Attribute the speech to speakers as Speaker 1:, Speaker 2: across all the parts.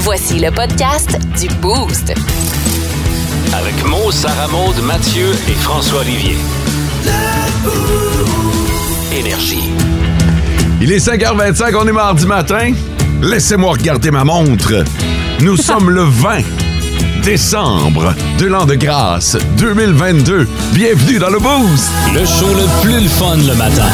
Speaker 1: Voici le podcast du Boost.
Speaker 2: Avec Mo, Sarah Maud, Mathieu et François Olivier. Énergie.
Speaker 3: Il est 5h25, on est mardi matin. Laissez-moi regarder ma montre. Nous sommes le 20 décembre de l'an de grâce 2022. Bienvenue dans le Boost.
Speaker 2: Le show le plus le fun le matin.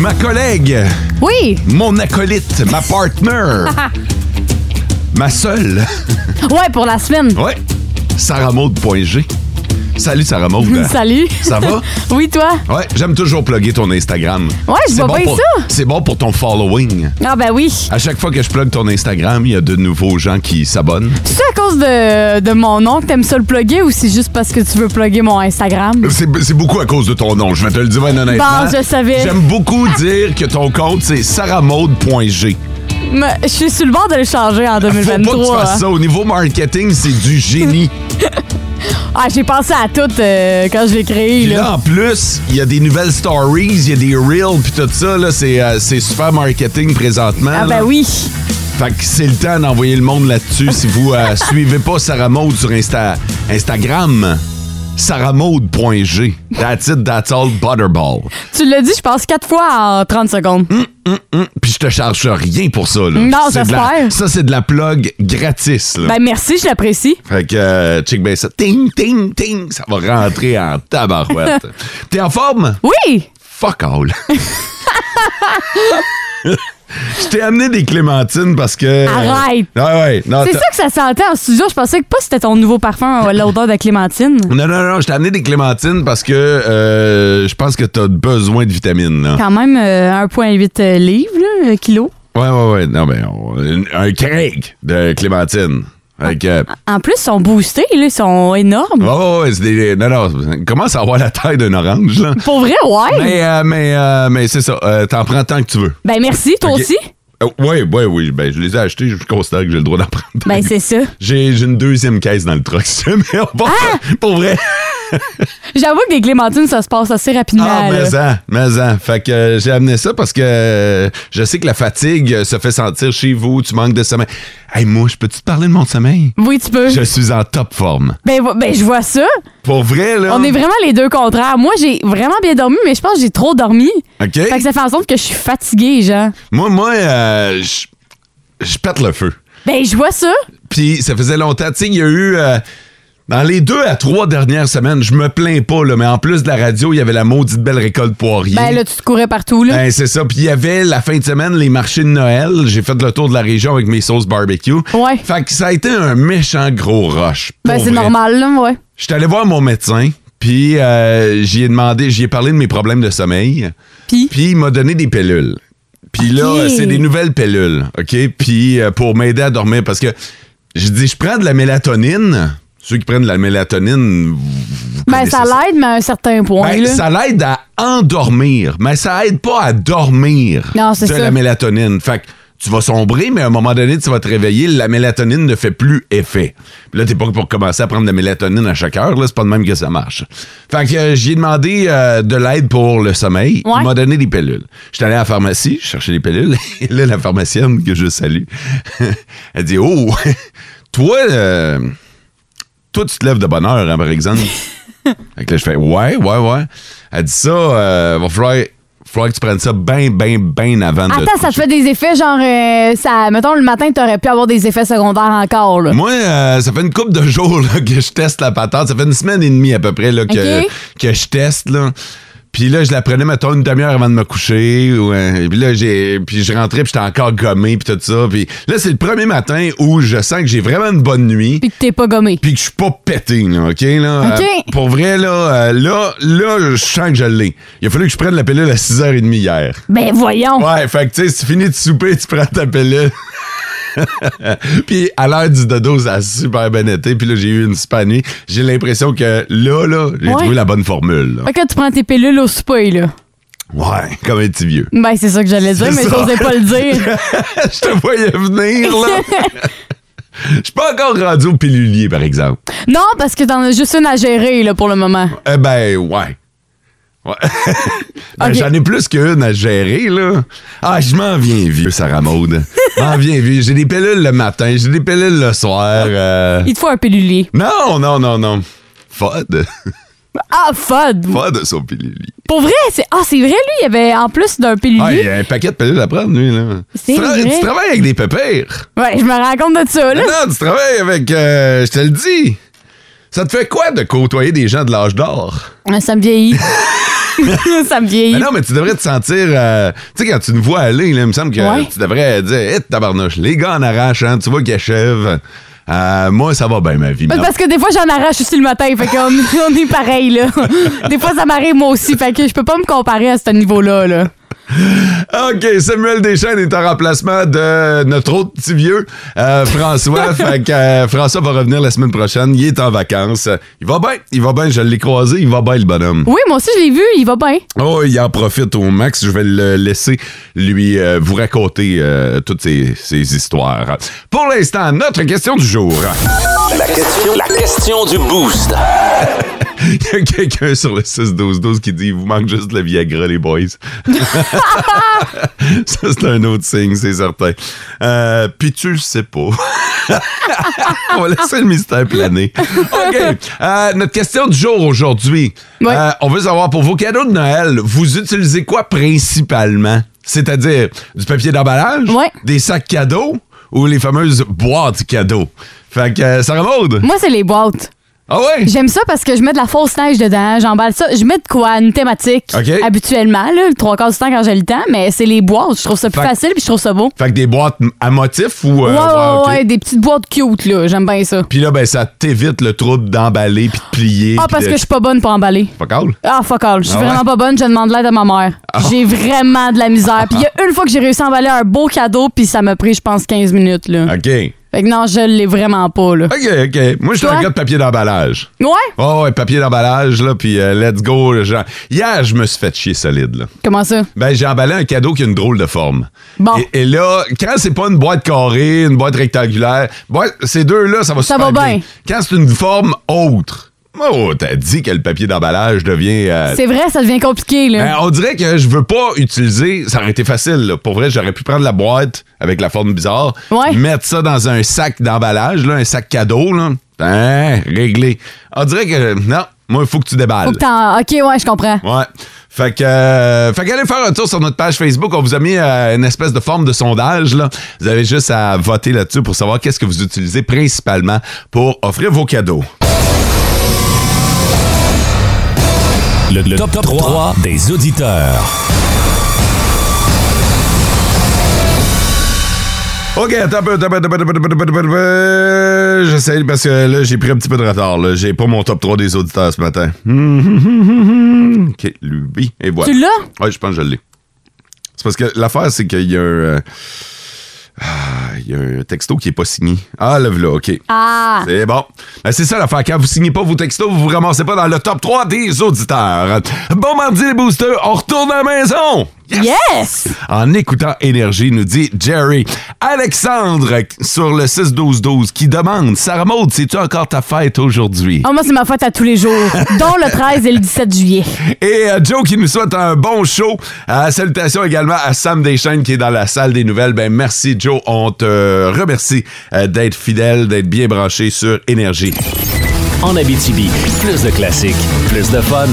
Speaker 3: Ma collègue,
Speaker 4: Oui!
Speaker 3: mon acolyte, ma partner, ma seule.
Speaker 4: Ouais, pour la semaine.
Speaker 3: Ouais. Sarah Maud point G. Salut Sarah Maud.
Speaker 4: Salut!
Speaker 3: Oh, ben, Ça va?
Speaker 4: Oui, toi?
Speaker 3: Ouais, j'aime toujours plugger ton Instagram.
Speaker 4: Ouais, je
Speaker 3: C'est
Speaker 4: vois bien
Speaker 3: pour-
Speaker 4: ça.
Speaker 3: C'est bon pour ton following.
Speaker 4: Ah ben oui.
Speaker 3: À chaque fois que je plug ton Instagram, il y a de nouveaux gens qui s'abonnent.
Speaker 4: C'est à cause de, de mon nom que t'aimes ça le plugger ou c'est juste parce que tu veux plugger mon Instagram?
Speaker 3: C'est c'est beaucoup à cause de ton nom, je vais te le dire bien honnêtement.
Speaker 4: Bon, je savais.
Speaker 3: J'aime beaucoup dire que ton compte, c'est saramaude.g.
Speaker 4: Mais Je suis sur le bord de le changer en
Speaker 3: Euh. Faut pas que tu
Speaker 4: 2023.
Speaker 3: fasses ça. Au niveau marketing, c'est du génie.
Speaker 4: Ah, j'ai pensé à tout euh, quand je l'ai créé.
Speaker 3: Puis
Speaker 4: Là.
Speaker 3: là, en plus, il y a des nouvelles stories, il y a des reels, puis tout ça, là, c'est euh, c'est super marketing présentement.
Speaker 4: Ah
Speaker 3: là.
Speaker 4: ben oui.
Speaker 3: Fait que c'est le temps d'envoyer le monde là-dessus. si vous euh, suivez pas Sarah Maud sur Insta Instagram, sarahmaud.g. That's it, that's all, butterball. Mm,
Speaker 4: Tu l'as dit, je pense, quatre fois en 30 secondes.
Speaker 3: Hum. Puis je te charge rien pour ça, là.
Speaker 4: Non,
Speaker 3: C'est de la-
Speaker 4: j'espère.
Speaker 3: Ça, c'est de la plug gratis, là.
Speaker 4: Ben merci, je l'apprécie.
Speaker 3: Fait que, euh, check bien ça. Ting, ting, ting. Ça va rentrer en tabarouette. T'es en forme?
Speaker 4: Oui!
Speaker 3: Fuck all. Je t'ai amené des clémentines parce que... euh,
Speaker 4: Arrête.
Speaker 3: Ouais, ouais. Non,
Speaker 4: C'est
Speaker 3: t'as-
Speaker 4: ça que ça sentait en studio. Je pensais que pas c'était ton nouveau parfum, euh, l'odeur de clémentine.
Speaker 3: Non, non, non, je t'ai amené des clémentines parce que euh, je pense que t'as besoin de vitamines. Là.
Speaker 4: Quand même euh, 1,8 euh, livres, là, euh, kilo.
Speaker 3: Ouais, ouais, ouais. Non, mais on- un craig de clémentines. Fait que,
Speaker 4: En plus, ils sont boostés, là, ils sont énormes.
Speaker 3: ouais, ouais, ouais, c'est des- Non, non, commence à avoir la taille d'un orange, là.
Speaker 4: Pour vrai, ouais.
Speaker 3: Mais, euh, mais, euh, mais c'est ça. euh, T'en prends tant que tu veux.
Speaker 4: Ben merci, toi
Speaker 3: Ok.
Speaker 4: aussi.
Speaker 3: Euh, ouais, ouais, oui. Ben, je les ai achetés. Je considère que j'ai le droit d'en prendre.
Speaker 4: Ben c'est ça. Ah!
Speaker 3: J'ai j'ai une deuxième caisse dans le truck, si jamais on va- Pour vrai.
Speaker 4: J'avoue que des clémentines, ça se passe assez rapidement.
Speaker 3: Ah,
Speaker 4: là.
Speaker 3: mais en, mais en. Fait que euh, j'ai amené ça parce que euh, je sais que la fatigue euh, se fait sentir chez vous, tu manques de sommeil. Hey, moi, je peux-tu te parler de mon sommeil?
Speaker 4: Oui, tu peux.
Speaker 3: Je suis en top forme.
Speaker 4: Ben, vo- ben je vois ça.
Speaker 3: Pour vrai, là.
Speaker 4: On est vraiment les deux contraires. Moi, j'ai vraiment bien dormi, mais je pense que j'ai trop dormi.
Speaker 3: OK?
Speaker 4: Fait que ça fait en sorte que je suis fatiguée, genre.
Speaker 3: Moi, moi, euh, je je pète le feu.
Speaker 4: Ben, je vois ça.
Speaker 3: Puis ça faisait longtemps. Tu sais, il y a eu. euh, dans les deux à trois dernières semaines, je me plains pas, là, mais en plus de la radio, il y avait la maudite belle récolte poirier.
Speaker 4: Ben, là, tu te courais partout, là.
Speaker 3: Ben, c'est ça. Puis il y avait la fin de semaine les marchés de Noël. J'ai fait le tour de la région avec mes sauces barbecue.
Speaker 4: Ouais.
Speaker 3: Fait que ça a été un méchant gros rush.
Speaker 4: Ben,
Speaker 3: pour
Speaker 4: c'est
Speaker 3: vrai. Ben,
Speaker 4: normal, là, ouais.
Speaker 3: J'étais allé voir mon médecin, puis euh, j'y ai demandé, j'y ai parlé de mes problèmes de sommeil.
Speaker 4: Puis?
Speaker 3: Puis il m'a donné des pilules. Puis là,
Speaker 4: Ok.
Speaker 3: euh, c'est des nouvelles pilules, OK? Puis euh, pour m'aider à dormir, parce que je dis, je prends de la mélatonine. Ceux qui prennent de la mélatonine, vous- vous
Speaker 4: Ben,
Speaker 3: connaissez
Speaker 4: ça l'aide, mais à un certain point,
Speaker 3: ben,
Speaker 4: là.
Speaker 3: ça l'aide à endormir, mais ça aide pas à dormir
Speaker 4: Non,
Speaker 3: de
Speaker 4: c'est ça.
Speaker 3: la mélatonine. Fait que tu vas sombrer, mais à un moment donné, tu vas te réveiller, la mélatonine ne fait plus effet. Puis là, t'es pas pour commencer à prendre de la mélatonine à chaque heure, là, c'est pas de même que ça marche. Fait que euh, j'y ai demandé euh, de l'aide pour le sommeil.
Speaker 4: Ouais.
Speaker 3: Il m'a donné des pilules. J'étais allé à la pharmacie, je cherchais des pilules, et là, la pharmacienne que je salue, elle dit « Oh, toi, euh, toi, tu te lèves de bonne heure, hein, par exemple. » Fait que là, je fais Ouais, ouais, ouais. Elle dit ça, euh, va falloir, falloir que tu prennes ça bien, bien, bien avant de.
Speaker 4: Attends, ça te fait des effets, genre, euh, ça, mettons, le matin, t'aurais pu avoir des effets secondaires encore, là.
Speaker 3: Moi, euh, ça fait une couple de jours là, que je teste la patente. Ça fait une semaine et demie à peu près là, que,
Speaker 4: Ok.
Speaker 3: que je teste. Là. Puis là, je la prenais, mettons, une demi-heure avant de me coucher. ou, euh, puis là, j'ai, puis je rentrais, puis j'étais encore gommé, puis tout ça. Puis là, c'est le premier matin où je sens que j'ai vraiment une bonne nuit.
Speaker 4: Puis que t'es pas gommé.
Speaker 3: puis que je suis pas pété, là, OK? Là,
Speaker 4: OK.
Speaker 3: Euh, pour vrai, là, euh, là, là, je sens que je l'ai. Il a fallu que je prenne la pilule à 6h30 hier.
Speaker 4: Ben, voyons.
Speaker 3: Ouais, fait que tu sais, si tu finis de souper, tu prends ta pilule. puis à l'heure du dodo, ça a super bien été. Puis là, j'ai eu une super nuit. J'ai l'impression que là, là, j'ai
Speaker 4: Ouais.
Speaker 3: trouvé la bonne formule. là.
Speaker 4: Fait que tu prends tes pilules au souper, là.
Speaker 3: Ouais, comme un petit vieux.
Speaker 4: Ben, c'est ça que j'allais dire,
Speaker 3: C'est
Speaker 4: mais
Speaker 3: ça.
Speaker 4: t'osais pas le dire.
Speaker 3: je te voyais venir, là. Je suis pas encore rendu au pilulier, par exemple.
Speaker 4: Non, parce que t'en as juste une à gérer là, pour le moment.
Speaker 3: Eh ben, ouais. Ouais. Ben,
Speaker 4: Ok.
Speaker 3: J'en ai plus qu'une à gérer, là. Ah, je m'en viens vieux, Sarah Maud. m'en viens vieux. J'ai des pilules le matin, j'ai des pilules le soir. euh.
Speaker 4: Il te faut un pilulier.
Speaker 3: Non, non, non, non. Fod.
Speaker 4: Ah, FOD!
Speaker 3: Fod, son pilulier.
Speaker 4: Pour vrai, c'est ah, c'est vrai, lui, il y avait en plus d'un
Speaker 3: Ah, il
Speaker 4: pilulier.
Speaker 3: y a un paquet de pilules à prendre, lui, là.
Speaker 4: Hum. C'est
Speaker 3: tu, tra-
Speaker 4: vrai.
Speaker 3: tu travailles avec des pépères.
Speaker 4: Ouais, je me rends compte de ça, là.
Speaker 3: Non, tu travailles avec. euh, je te le dis. Ça te fait quoi de côtoyer des gens de l'âge d'or?
Speaker 4: Ah, Ça me vieillit. ça me vieillit.
Speaker 3: Mais non, mais tu devrais te sentir. euh, tu sais, quand tu nous vois aller, là, il me semble que
Speaker 4: Ouais.
Speaker 3: tu devrais dire Hé, tabarnouche, les gars en arrachent, hein, tu vois qu'ils achèvent. Euh, moi, ça va bien, ma vie.
Speaker 4: Mais
Speaker 3: Non.
Speaker 4: Parce que des fois, j'en arrache aussi le matin. Fait qu'on on est pareil, là. Des fois, ça m'arrive moi aussi. Fait que je peux pas me comparer à ce niveau-là, là.
Speaker 3: OK, Samuel Deschênes est en remplacement de notre autre petit vieux, euh, François. fait que, euh, François va revenir la semaine prochaine. Il est en vacances. Il va bien, il va bien. Je l'ai croisé, il va bien, le bonhomme.
Speaker 4: Oui, moi aussi, je l'ai vu. Il va bien.
Speaker 3: Oh, il en profite au max. Je vais le laisser lui euh, vous raconter euh, toutes ces, ces histoires. Pour l'instant, notre question du jour.
Speaker 2: La question, la question du boost.
Speaker 3: Il y a quelqu'un sur le 6-12-12 qui dit Il vous manque juste le Viagra, les boys. Ça, c'est un autre signe, c'est certain. Euh, Puis tu le sais pas. On va laisser le mystère planer. OK. euh, notre question du jour aujourd'hui.
Speaker 4: Ouais.
Speaker 3: Euh, on veut savoir pour vos cadeaux de Noël, vous utilisez quoi principalement? C'est-à-dire du papier d'emballage,
Speaker 4: Ouais.
Speaker 3: des sacs cadeaux ou les fameuses boîtes cadeaux? Fait que euh, Sarah Maud?
Speaker 4: Moi, c'est les boîtes.
Speaker 3: Ah ouais?
Speaker 4: J'aime ça parce que je mets de la fausse neige dedans, j'emballe ça. Je mets de quoi? Une thématique.
Speaker 3: OK.
Speaker 4: Habituellement, là, le trois quarts du temps quand j'ai le temps, mais c'est les boîtes. Je trouve ça plus
Speaker 3: Fait-
Speaker 4: facile puis je trouve ça beau.
Speaker 3: Fait que des boîtes à motifs ou. euh,
Speaker 4: ouais, ouais,
Speaker 3: ouais, ok.
Speaker 4: ouais, des petites boîtes cute, là. J'aime bien ça.
Speaker 3: Puis là, ben, ça t'évite le trouble d'emballer puis de plier.
Speaker 4: Ah,
Speaker 3: puis
Speaker 4: parce
Speaker 3: de-
Speaker 4: que je suis pas bonne pour emballer.
Speaker 3: Pas cool.
Speaker 4: Ah, fuck all. Je suis
Speaker 3: Ah ouais? Ah
Speaker 4: vraiment pas bonne. Je demande l'aide à ma mère. J'ai vraiment de la misère. Puis il y a une fois que j'ai réussi à emballer un beau cadeau, puis ça m'a pris, je pense, 15 minutes, là.
Speaker 3: OK.
Speaker 4: Fait que non, je l'ai vraiment pas, là.
Speaker 3: OK, OK. Moi, je suis
Speaker 4: Toi?
Speaker 3: un gars de papier d'emballage.
Speaker 4: Ouais?
Speaker 3: Oh, ouais, papier d'emballage, là, puis euh, let's go. là, Genre. Hier, je me suis fait chier solide, là.
Speaker 4: Comment ça?
Speaker 3: Ben, j'ai emballé un cadeau qui a une drôle de forme.
Speaker 4: Bon.
Speaker 3: Et, et là, quand c'est pas une boîte carrée, une boîte rectangulaire, boîte- ces deux-là, ça va
Speaker 4: Ça
Speaker 3: super
Speaker 4: va bien.
Speaker 3: Quand c'est une forme autre, oh, t'as dit que le papier d'emballage devient euh,
Speaker 4: C'est vrai, ça devient compliqué, là.
Speaker 3: Ben, on dirait que je veux pas utiliser. Ça aurait été facile. là. Pour vrai, j'aurais pu prendre la boîte avec la forme bizarre,
Speaker 4: Ouais.
Speaker 3: mettre ça dans un sac d'emballage, là, un sac cadeau, là. Hein, réglé. On dirait que non, moi, il faut que tu déballes.
Speaker 4: Faut que t'en. Ok, ouais, je comprends.
Speaker 3: Ouais. Fait que, euh, fait qu'allez faire un tour sur notre page Facebook. On vous a mis euh, une espèce de forme de sondage. Là. Vous avez juste à voter là-dessus pour savoir qu'est-ce que vous utilisez principalement pour offrir vos cadeaux.
Speaker 5: Le, le top, 3, des auditeurs.
Speaker 3: OK, attends un peu, attends un peu, attends un peu, attends un peu, attends un peu, attends un peu, attends un peu. J'essaye parce que là, j'ai pris un petit peu de retard. là. J'ai pas mon top 3 des auditeurs ce matin. OK, lui, et voilà.
Speaker 4: Tu l'as?
Speaker 3: Oui, je pense que je l'ai. C'est parce que l'affaire, c'est qu'il y a un... euh, ah, Il y a un texto qui est pas signé. Ah, le voilà, OK.
Speaker 4: Ah!
Speaker 3: C'est bon. Ben, c'est ça l'affaire. Quand vous signez pas vos textos, vous vous ramassez pas dans le top 3 des auditeurs. Bon mardi, les boosters. On retourne à la maison. Yes!
Speaker 4: Yes!
Speaker 3: En écoutant Énergie, nous dit Jerry. Alexandre, sur le 6-12-12, qui demande Sarah Maud, c'est-tu encore ta fête aujourd'hui?
Speaker 4: Ah, moi, c'est ma fête à tous les jours, dont le 13 et le 17 juillet.
Speaker 3: Et euh, Joe qui nous souhaite un bon show. Euh, salutations également à Sam Deschaines qui est dans la salle des nouvelles. Ben merci Joe, on te remercie euh, d'être fidèle, d'être bien branché sur Énergie.
Speaker 5: En Abitibi, plus de classiques, plus de fun.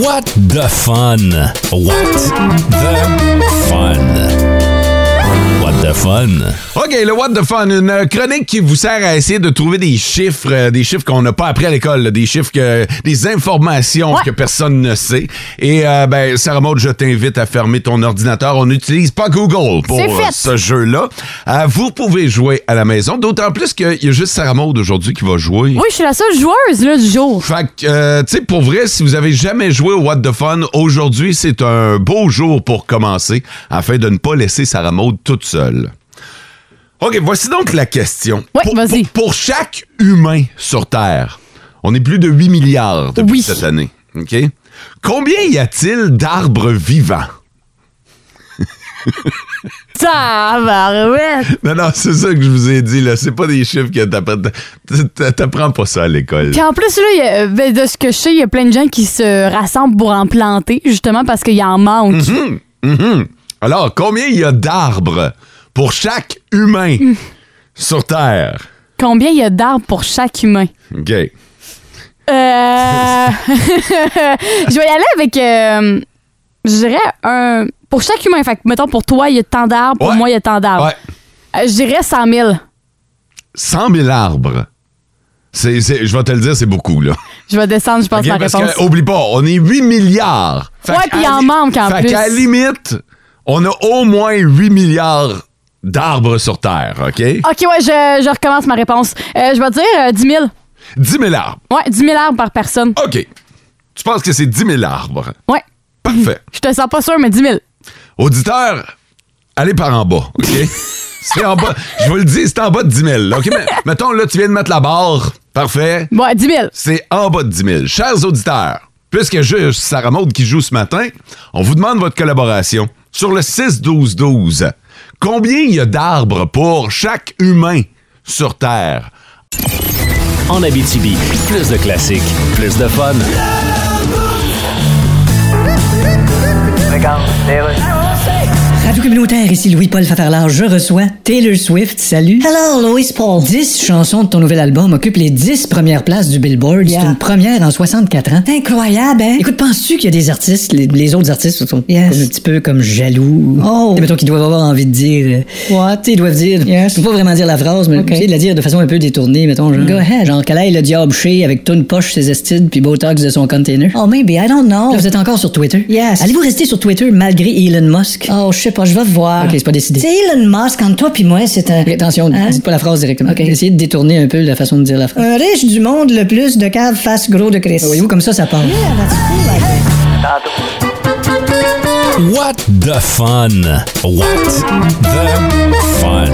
Speaker 5: What the fun? What the fun? What the fun?
Speaker 3: OK, le What the Fun, une euh, chronique qui vous sert à essayer de trouver des chiffres, euh, des chiffres qu'on n'a pas appris à l'école, là, des chiffres que. des informations
Speaker 4: Ouais.
Speaker 3: que personne ne sait. Et euh, ben, Sarah Maud, je t'invite à fermer ton ordinateur. On n'utilise pas Google pour
Speaker 4: C'est fait.
Speaker 3: euh, ce jeu-là. Euh, vous pouvez jouer à la maison, d'autant plus qu'il y a juste Sarah Maud aujourd'hui qui va jouer.
Speaker 4: Oui, je suis la seule joueuse, là, du jour.
Speaker 3: Fait que, euh, tu sais, pour vrai, si vous avez jamais joué au What the Fun, aujourd'hui, c'est un beau jour pour commencer, afin de ne pas laisser Sarah Maud toute seule. OK, voici donc la question.
Speaker 4: Ouais,
Speaker 3: Pour-
Speaker 4: vas-y.
Speaker 3: Pour, pour chaque humain sur Terre, on est plus de 8 milliards depuis
Speaker 4: Oui.
Speaker 3: cette année. OK? Combien y a-t-il d'arbres vivants?
Speaker 4: Tabarouette!
Speaker 3: Non, non, c'est ça que je vous ai dit, là. C'est pas des chiffres que t'apprends- t- t- t'apprends pas ça à l'école.
Speaker 4: Puis en plus, là, il y a- ben, de ce que je sais, il y a plein de gens qui se rassemblent pour en planter, justement parce qu'il y en manque.
Speaker 3: Mhm. Alors, combien il y a d'arbres pour chaque humain sur Terre?
Speaker 4: Combien il y a d'arbres pour chaque humain?
Speaker 3: OK.
Speaker 4: Euh... je vais y aller avec, euh, je dirais, un... pour chaque humain. Fait que, mettons, pour toi, il y a tant d'arbres, pour
Speaker 3: Ouais.
Speaker 4: moi, il y a tant d'arbres.
Speaker 3: Ouais.
Speaker 4: Euh, je dirais 100 000.
Speaker 3: 100 000 arbres. C'est, c'est- je vais te le dire, c'est beaucoup, là.
Speaker 4: Je vais descendre, je pense,
Speaker 3: OK,
Speaker 4: la
Speaker 3: parce
Speaker 4: réponse.
Speaker 3: que, oublie pas, on est 8 milliards.
Speaker 4: Ouais,
Speaker 3: qu'à
Speaker 4: puis il en
Speaker 3: li-
Speaker 4: manque en
Speaker 3: fait
Speaker 4: plus.
Speaker 3: qu'à la limite, on a au moins 8 milliards d'arbres sur Terre,
Speaker 4: OK,
Speaker 3: OK?
Speaker 4: ouais, je, je recommence ma réponse. Euh, je vais dire euh, 10 000.
Speaker 3: 10 000 arbres.
Speaker 4: Ouais, 10 000 arbres par personne.
Speaker 3: OK. Tu penses que c'est 10 000 arbres.
Speaker 4: Ouais.
Speaker 3: Parfait.
Speaker 4: Je te sens pas sûr, mais 10 000.
Speaker 3: Auditeur, allez par en bas, OK? c'est en bas. Je vous le dis, c'est en bas de 10 000. là, OK? Mais, mettons, là, tu viens de mettre la barre. Parfait.
Speaker 4: Ouais, 10 000.
Speaker 3: C'est en bas de 10 000. Chers auditeurs, puisque je Sarah Maud qui joue ce matin, on vous demande votre collaboration. Sur le 6-12-12, combien il y a d'arbres pour chaque humain sur Terre?
Speaker 5: En Abitibi, plus de classiques, plus de fun.
Speaker 6: Radio communautaire, ici Louis-Paul Fafarlard. Je reçois Taylor Swift. Salut. Hello, Louis Paul. 10 chansons de ton nouvel album occupent les 10 premières places du Billboard. C'est une première en 64 ans. Incroyable, hein? Écoute, penses-tu qu'il y a des artistes, les, les autres artistes sont comme un petit peu comme jaloux? Oh! Mettons qu'ils doivent avoir envie de dire. What? Ils doivent dire. Yes. Faut pas vraiment dire la phrase, mais essayer de la dire de façon un peu détournée, mettons. Genre, Go ahead. Genre, qu'elle aille le diable chez avec toute une poche, ses estides, puis Botox de son container. Oh, maybe. I don't know. vous êtes encore sur Twitter? Yes. Allez-vous rester sur Twitter malgré Elon Musk? Oh, je sais pas, je vais voir. OK, c'est pas décidé. C'est Elon Musk, entre toi puis moi, c'est un... Hein? attention, dites pas la phrase directement. Essayez de détourner un peu la façon de dire la phrase. Un riche du monde le plus de cave face gros de Christ. Voyez-vous, comme ça, ça parle.
Speaker 5: What the fun? What the fun?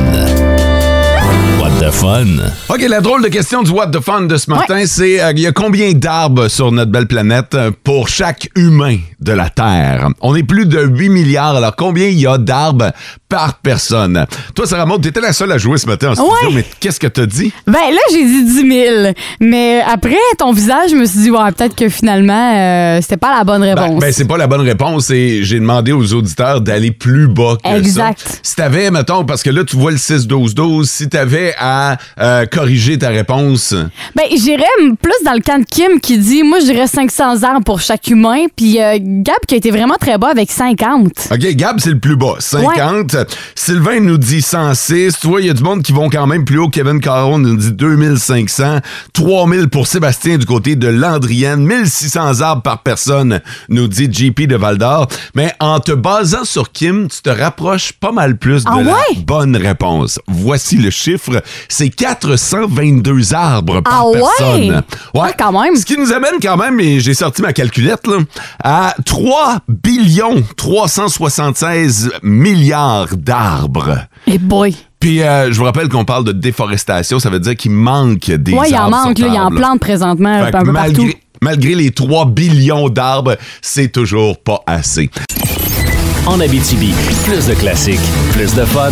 Speaker 5: What the fun?
Speaker 3: OK, la drôle de question du What the Fun de ce matin, c'est euh, il y a combien d'arbres sur notre belle planète euh, pour chaque humain de la Terre? On est plus de 8 milliards, alors combien il y a d'arbres par personne? Toi, Sarah Maud, t'étais la seule à jouer ce matin en studio,
Speaker 4: Ouais.
Speaker 3: mais qu'est-ce que t'as dit?
Speaker 4: Ben là, j'ai dit 10 000. Mais après ton visage, je me suis dit, ouais, peut-être que finalement, euh, c'était pas la bonne
Speaker 3: Ben,
Speaker 4: réponse.
Speaker 3: ben, c'est pas la bonne réponse et j'ai demandé aux auditeurs d'aller plus bas que
Speaker 4: Exact.
Speaker 3: ça. Si t'avais, mettons, parce que là, tu vois le 6-12-12, si t'avais à euh, corriger ta réponse...
Speaker 4: Ben, j'irais m- plus dans le camp de Kim qui dit Moi, j'irais 500 arbres pour chaque humain. Puis euh, Gab qui a été vraiment très bas avec 50.
Speaker 3: OK, Gab, c'est le plus bas, 50. Sylvain nous dit 106. Tu vois, il y a du monde qui vont quand même plus haut. Kevin Caron nous dit 2500. 3000 pour Sébastien du côté de Landrienne. 1600 arbres par personne, nous dit JP de Val-d'Or. Mais en te basant sur Kim, tu te rapproches pas mal plus de
Speaker 4: Ah
Speaker 3: la
Speaker 4: ouais?
Speaker 3: bonne réponse. Voici le chiffre. C'est 422 arbres par
Speaker 4: Ah ouais?
Speaker 3: personne.
Speaker 4: Ah, quand même.
Speaker 3: Ce qui nous amène quand même, et j'ai sorti ma calculette, là, à 3 billions 376 milliards d'arbres.
Speaker 4: Et boy.
Speaker 3: Puis euh, je vous rappelle qu'on parle de déforestation, ça veut dire qu'il manque des
Speaker 4: Ouais, il en
Speaker 3: arbres. sur
Speaker 4: manque, là. Il en
Speaker 3: table.
Speaker 4: plante présentement
Speaker 3: Fait
Speaker 4: un
Speaker 3: que
Speaker 4: peu partout.
Speaker 3: malgré, malgré les 3 billions d'arbres, c'est toujours pas assez.
Speaker 5: En Abitibi, plus de classiques, plus de fun.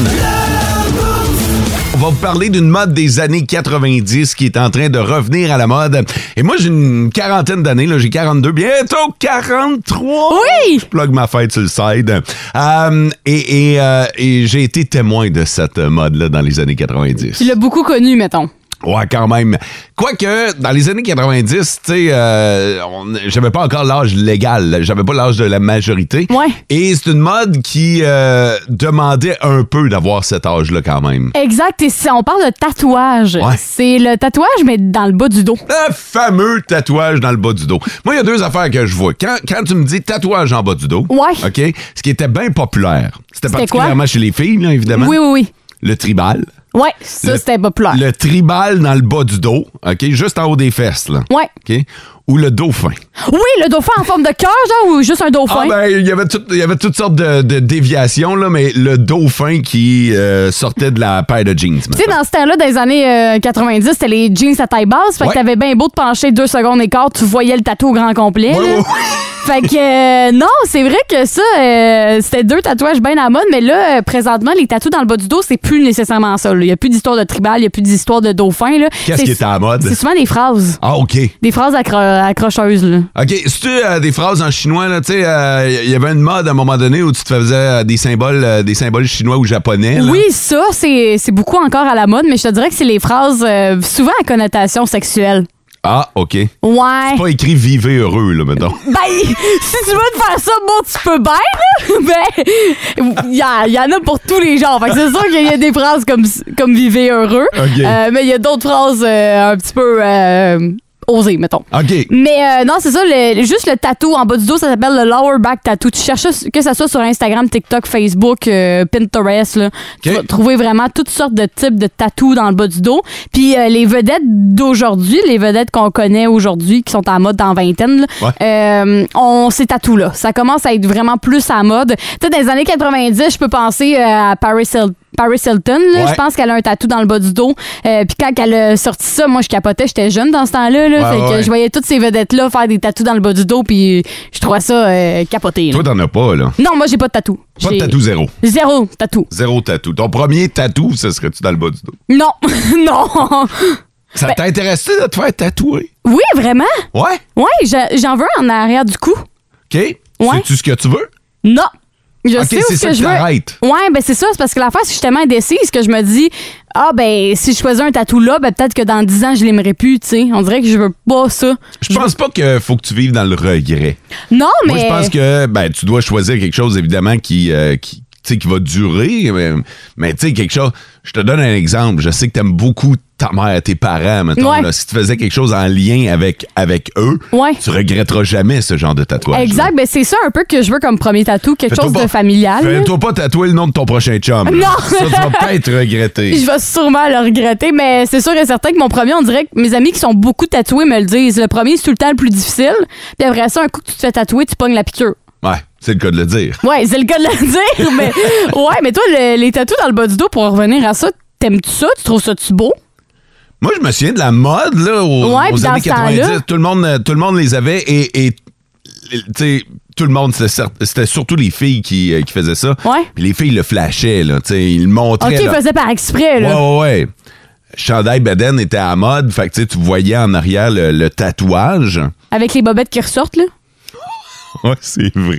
Speaker 3: On va vous parler d'une mode des années 90 qui est en train de revenir à la mode. Et moi, j'ai une quarantaine d'années, là, j'ai 42, bientôt 43.
Speaker 4: Oui!
Speaker 3: Je plug ma fête sur le side. Euh, et et, euh, et j'ai été témoin de cette mode-là dans les années 90.
Speaker 4: Tu l'as beaucoup connu, mettons.
Speaker 3: Ouais, quand même. Quoique, dans les années 90, tu sais, euh, on- j'avais pas encore l'âge légal, j'avais pas l'âge de la majorité.
Speaker 4: Ouais.
Speaker 3: Et c'est une mode qui euh, demandait un peu d'avoir cet âge-là quand même.
Speaker 4: Exact. Et si on parle de tatouage,
Speaker 3: Ouais.
Speaker 4: c'est le tatouage, mais dans le bas du dos.
Speaker 3: Le fameux tatouage dans le bas du dos. Moi, il y a deux affaires que je vois. Quand, quand tu me dis tatouage en bas du dos,
Speaker 4: Ouais.
Speaker 3: OK, ce qui était bien populaire,
Speaker 4: C'était
Speaker 3: c'était
Speaker 4: quoi?
Speaker 3: particulièrement chez les filles, là, évidemment,
Speaker 4: Oui, oui, oui.
Speaker 3: le tribal.
Speaker 4: Ouais, ça,
Speaker 3: Le-
Speaker 4: c'était populaire.
Speaker 3: Le tribal dans le bas du dos, OK, juste en haut des fesses, là.
Speaker 4: Ouais.
Speaker 3: OK? Ou le dauphin.
Speaker 4: Oui, le dauphin en forme de cœur, genre, ou juste un dauphin.
Speaker 3: Ah ben, il y avait tout- il y avait toutes sortes de, de déviations, là, mais le dauphin qui euh, sortait de la paire de jeans.
Speaker 4: Tu sais, dans ce temps-là, dans les années euh, 90, c'était les jeans à taille basse. Fait
Speaker 3: Ouais.
Speaker 4: que t'avais bien beau te pencher deux secondes et quart, tu voyais le tatou au grand complet.
Speaker 3: Ouais,
Speaker 4: là.
Speaker 3: ouais, ouais.
Speaker 4: Fait que euh, non, c'est vrai que ça, euh, c'était deux tatouages bien à la mode, mais là, euh, présentement, les tatous dans le bas du dos, c'est plus nécessairement ça. là. Il n'y a plus d'histoire de tribal, il n'y a plus d'histoire de dauphin. là.
Speaker 3: Qu'est-ce
Speaker 4: C'est-
Speaker 3: qui est à la mode?
Speaker 4: C'est souvent des phrases.
Speaker 3: Ah, OK.
Speaker 4: Des phrases accro- accrocheuses. Là.
Speaker 3: OK, si tu as des phrases en chinois, là, tu sais, euh, il y avait une mode à un moment donné où tu te faisais euh, des symboles, euh, des symboles chinois ou japonais. Hein, là.
Speaker 4: Oui, ça, c'est c'est beaucoup encore à la mode, mais je te dirais que c'est les phrases euh, souvent à connotation sexuelle.
Speaker 3: Ah, OK.
Speaker 4: Ouais.
Speaker 3: Pas écrit vivez heureux, là, mettons.
Speaker 4: Ben, si tu veux te faire ça, bon, tu peux bien, là. Ben, il y, a- il y en a pour tous les genres. Fait que c'est sûr qu'il y a des phrases comme, comme vivez heureux.
Speaker 3: OK.
Speaker 4: Euh, mais il y a d'autres phrases euh, un petit peu euh, osées, mettons.
Speaker 3: OK.
Speaker 4: Mais euh, non, c'est ça, le- juste le tatou en bas du dos, ça s'appelle le lower back tattoo. Tu cherches ça- que ça soit sur Instagram, TikTok, Facebook, euh, Pinterest, là. Tu vas trouver vraiment toutes sortes de types de tatous dans le bas du dos. Puis euh, les vedettes d'aujourd'hui, les vedettes qu'on connaît aujourd'hui, qui sont en mode dans vingtaine, là, euh, ont ces tatous-là. Ça commence à être vraiment plus à mode. Tu sais, dans les années 90, je peux penser euh, à Paris Hilton. Paris Hilton, là,
Speaker 7: Ouais.
Speaker 4: je pense qu'elle a un tatou dans le bas du dos. Euh, Puis quand elle a sorti ça, moi je capotais, j'étais jeune dans ce temps-là. là.
Speaker 3: Ouais,
Speaker 4: Fait que
Speaker 3: ouais.
Speaker 4: je voyais toutes ces vedettes-là faire des tatous dans le bas du dos, puis je trouvais ça euh, capoté. là.
Speaker 3: Toi, t'en as pas, là.
Speaker 4: Non, moi j'ai pas de tatou.
Speaker 3: Pas de
Speaker 4: J'ai-
Speaker 3: tatou zéro.
Speaker 4: Zéro tatou.
Speaker 3: Zéro tatou. Ton premier tatou, ce serait-tu dans le bas du dos?
Speaker 4: Non, non. Ben
Speaker 3: Ça t'intéresse-tu de te faire tatouer?
Speaker 4: Oui, vraiment?
Speaker 3: Ouais?
Speaker 4: Ouais, j'a- j'en veux en arrière du cou.
Speaker 3: OK?
Speaker 4: Ouais.
Speaker 3: Sais-tu ce que tu veux?
Speaker 4: Non. Je
Speaker 3: Ok,
Speaker 4: sais où
Speaker 3: c'est
Speaker 4: ce
Speaker 3: ça
Speaker 4: que
Speaker 3: que
Speaker 4: je veux.
Speaker 3: t'arrêtes.
Speaker 4: Ouais, ben c'est ça, c'est parce que l'affaire, c'est que je suis tellement indécise que je me dis ah ben si je choisis un tatou là, ben peut-être que dans 10 ans je l'aimerais plus, tu sais. On dirait que je veux pas ça.
Speaker 3: Je pense pas qu'il faut que tu vives dans le regret.
Speaker 4: Non, Ah, mais
Speaker 3: Moi, je pense que ben, tu dois choisir quelque chose, évidemment, qui, euh, qui, tu sais, qui va durer. Mais, mais, tu sais, quelque chose. Je te donne un exemple. Je sais que tu aimes beaucoup ta mère, tes parents, mettons.
Speaker 4: Ouais.
Speaker 3: là. si tu faisais quelque chose en lien avec, avec eux,
Speaker 4: Ouais.
Speaker 3: tu regretteras jamais ce genre de tatouage.
Speaker 4: Exact, ben c'est ça un peu que je veux comme premier tatou, quelque
Speaker 3: Fais-toi
Speaker 4: chose
Speaker 3: pas-
Speaker 4: de familial. là.
Speaker 3: Fais-toi pas tatouer le nom de ton prochain chum. là.
Speaker 4: Non.
Speaker 3: Ça, tu vas peut-être regretter.
Speaker 4: Je vais sûrement le regretter, mais c'est sûr et certain que mon premier, on dirait que mes amis qui sont beaucoup tatoués me le disent. Le premier, c'est tout le temps le plus difficile. Puis après ça, un coup que tu te fais tatouer, tu pognes la piqûre.
Speaker 3: Ouais, c'est le cas de le dire.
Speaker 4: Ouais, c'est le cas de le dire, mais ouais, mais toi, le- les tatous dans le bas du dos, pour en revenir à ça, t'aimes-tu ça? Tu trouves ça-tu beau?
Speaker 3: Moi, je me souviens de la mode, là, aux,
Speaker 4: Ouais,
Speaker 3: aux
Speaker 4: puis dans
Speaker 3: années
Speaker 4: ce temps-là-
Speaker 3: 90. Tout le, monde, euh, tout le monde les avait et, et tu sais, tout le monde, c'était cer- c'était surtout les filles qui, euh, qui faisaient ça.
Speaker 4: Ouais.
Speaker 3: Puis les filles le flashaient, là, tu sais, ils le montraient.
Speaker 4: Ok, ils
Speaker 3: là.
Speaker 4: faisaient par exprès, là.
Speaker 3: Ouais, ouais, ouais. Chandail Baden était à la mode, fait que tu sais, tu voyais en arrière le, le tatouage.
Speaker 4: Avec les bobettes qui ressortent, là.
Speaker 3: Ouais, c'est vrai.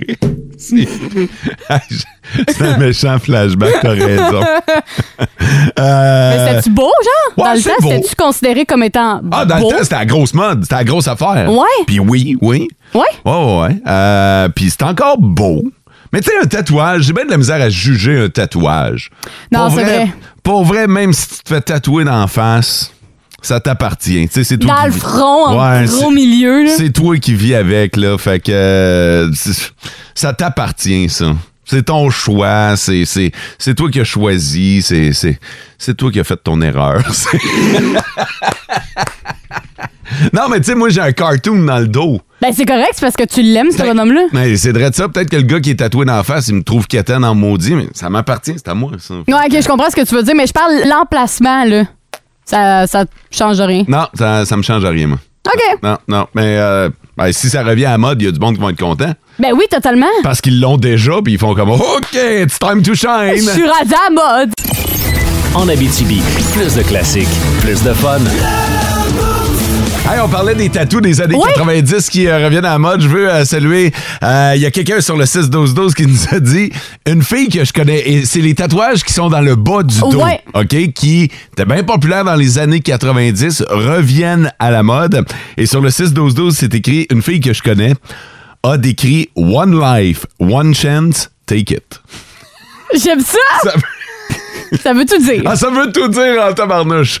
Speaker 3: C'est c'est un méchant flashback, Ben, t'as raison. Euh,
Speaker 4: Mais c'était-tu beau, genre?
Speaker 3: ouais,
Speaker 4: dans le
Speaker 3: c'est
Speaker 4: temps,
Speaker 3: beau.
Speaker 4: c'était-tu considéré comme étant
Speaker 3: Ah, dans
Speaker 4: beau?
Speaker 3: le temps, c'était la grosse mode, c'était la grosse affaire.
Speaker 4: Ouais.
Speaker 3: Puis oui, oui.
Speaker 4: Ouais.
Speaker 3: Ouais, ouais, ouais. Euh, puis c'est encore beau. Mais tu sais, un tatouage, j'ai bien de la misère à juger un tatouage.
Speaker 4: Non,
Speaker 3: Pour
Speaker 4: c'est vrai.
Speaker 3: Pour vrai, même si tu te fais tatouer dans la face, ça t'appartient. Tu sais, c'est toi
Speaker 4: Dans
Speaker 3: qui
Speaker 4: le
Speaker 3: vis-
Speaker 4: front, en gros
Speaker 3: c'est-
Speaker 4: milieu, là.
Speaker 3: C'est toi qui vis avec, là. Fait que euh, c'est- ça t'appartient, ça. C'est ton choix, c'est c'est- c'est toi qui as choisi, c'est- c'est c'est toi qui as fait ton erreur. C'est- non, mais tu sais, moi, j'ai un cartoon dans le dos.
Speaker 4: Ben, c'est correct, c'est parce que tu l'aimes,
Speaker 3: Ben,
Speaker 4: ce bonhomme-là.
Speaker 3: Mais c'est vrai de ça. Peut-être que le gars qui est tatoué d'en face, il me trouve quétaine en maudit, mais ça m'appartient, c'est à moi, ça.
Speaker 4: Ouais, ok, je comprends ce que tu veux dire, mais je parle l'emplacement, là. Ça, ça change rien.
Speaker 3: Non, ça, ça me change à rien, moi.
Speaker 4: OK.
Speaker 3: Non, non. Mais euh, ben, si ça revient à la mode, il y a du monde qui vont être content.
Speaker 4: Ben oui, totalement.
Speaker 3: Parce qu'ils l'ont déjà, puis ils font comme oh, OK, it's time to shine.
Speaker 4: Je suis rendue à la mode.
Speaker 5: En Abitibi, plus de classiques, plus de fun.
Speaker 3: Hey, on parlait des tatous des années 90 qui euh, reviennent à la mode. Je veux euh, saluer. euh, Il y a quelqu'un sur le 6-12-12 qui nous a dit une fille que je connais. et C'est les tatouages qui sont dans le bas du dos.
Speaker 8: Ouais.
Speaker 3: OK? Qui étaient bien populaires dans les années 90, reviennent à la mode. Et sur le 6-12-12, c'est écrit une fille que je connais a décrit One Life, One Chance, Take It.
Speaker 4: J'aime ça. Ça, veut tout dire.
Speaker 3: Ah, ça veut tout dire en tabarnouche.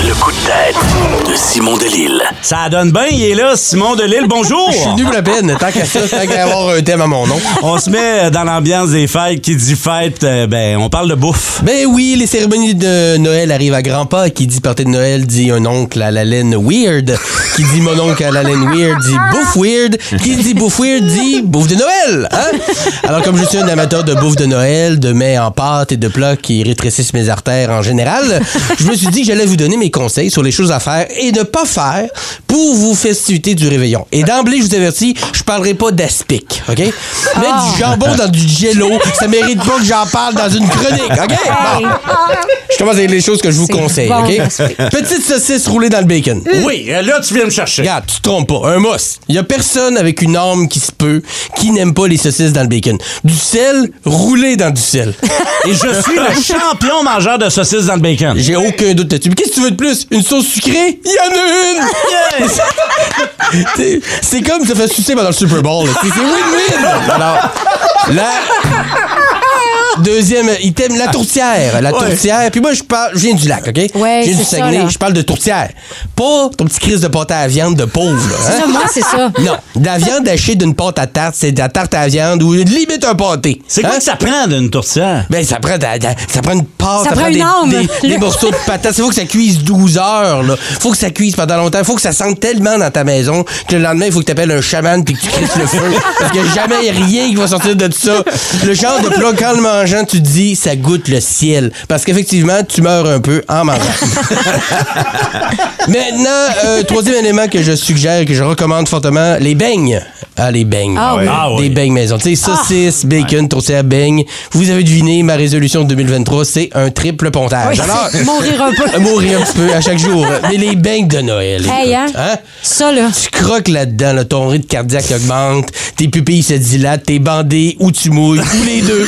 Speaker 2: Le coup de tête de Simon Delille.
Speaker 7: Ça donne bien, il est là, Simon Delille, bonjour!
Speaker 8: Je suis venu pour la peine, tant qu'à ça, tant qu'à avoir un thème à mon nom.
Speaker 7: On se met dans l'ambiance des fêtes. Qui dit fête, euh, ben, on parle de bouffe.
Speaker 8: Ben oui, les cérémonies de Noël arrivent à grands pas. Qui dit partie de Noël dit un oncle à la laine weird. Qui dit mon oncle à la laine weird dit bouffe weird. Qui dit bouffe weird dit bouffe de Noël. Hein? Alors comme je suis un amateur de bouffe de Noël, de mets en pâte et de plats qui rétrécissent mes artères en général, je me suis dit que j'allais vous donner mes conseils sur les choses à faire et ne pas faire pour vos festivités du réveillon. Et d'emblée, je vous avertis, je parlerai pas d'aspic, OK? Mettre du jambon dans du jello, ça mérite pas que j'en parle dans une chronique, OK? Bon. Je commence avec les choses que je vous conseille,
Speaker 4: bon,
Speaker 8: OK?
Speaker 4: l'aspic.
Speaker 8: Petite saucisse roulée dans le bacon.
Speaker 7: Oui, euh, là, tu viens me chercher.
Speaker 8: Regarde, tu te trompes pas, un mousse. Il y a personne avec une arme qui se peut qui n'aime pas les saucisses dans le bacon. Du sel, roulé dans du sel.
Speaker 7: Et je suis le champion mangeur de saucisses dans le bacon.
Speaker 8: J'ai aucun doute là-dessus. Mais qu'est-ce que tu veux de plus? Une sauce sucrée? Il y en a une! T'sais, c'est comme te faire sucer pendant le Super Bowl. là. C'est c'est win-win! Alors, la deuxième item, la tourtière. La tourtière. Puis moi, je parle, je viens du lac, OK?
Speaker 4: Ouais,
Speaker 8: je viens
Speaker 4: c'est
Speaker 8: du
Speaker 4: ça,
Speaker 8: Saguenay.
Speaker 4: là.
Speaker 8: je parle de tourtière. Pas ton petit crise de pâte à la viande de pauvre, là, hein?
Speaker 9: Ça, moi, c'est ça.
Speaker 8: Non, de la viande hachée d'une pâte à tarte, c'est de la tarte à la viande ou limite un pâté.
Speaker 7: C'est quoi
Speaker 8: Hein?
Speaker 7: que ça prend d'une tourtière?
Speaker 8: Ben, ça prend, de la- de la- ça prend une pâte,
Speaker 4: Ça prend une
Speaker 8: des,
Speaker 4: arme.
Speaker 8: des- des morceaux de patates. Il faut que ça cuise 12 heures. Là. faut que ça cuise pendant longtemps. faut que ça sente tellement dans ta maison que le lendemain, il faut que tu appelles un chaman puis que tu crisses le feu. Parce qu'il n'y a jamais rien qui va sortir de ça. Le genre de plat, quand le mangeant, tu te dis, ça goûte le ciel. Parce qu'effectivement, tu meurs un peu en mangeant. Maintenant, euh, troisième élément que je suggère, que je recommande fortement, les beignes. Ah, les beignes.
Speaker 4: Ah oui. Ah.
Speaker 7: Ah oui.
Speaker 8: Des beignes maison. Tu sais, saucisses, bacon, tourtière, beignes. Vous avez deviné, ma résolution de 2023, c'est un triple pontage. Alors,
Speaker 9: Mourir un peu.
Speaker 8: mourir un petit peu à chaque jour. Mais les beignes de Noël.
Speaker 9: Hey,
Speaker 8: écoute,
Speaker 9: hein? Ça, là.
Speaker 8: Tu croques là-dedans, là, ton rythme cardiaque augmente, tes pupilles se dilatent, t'es bandé ou tu mouilles, ou les deux.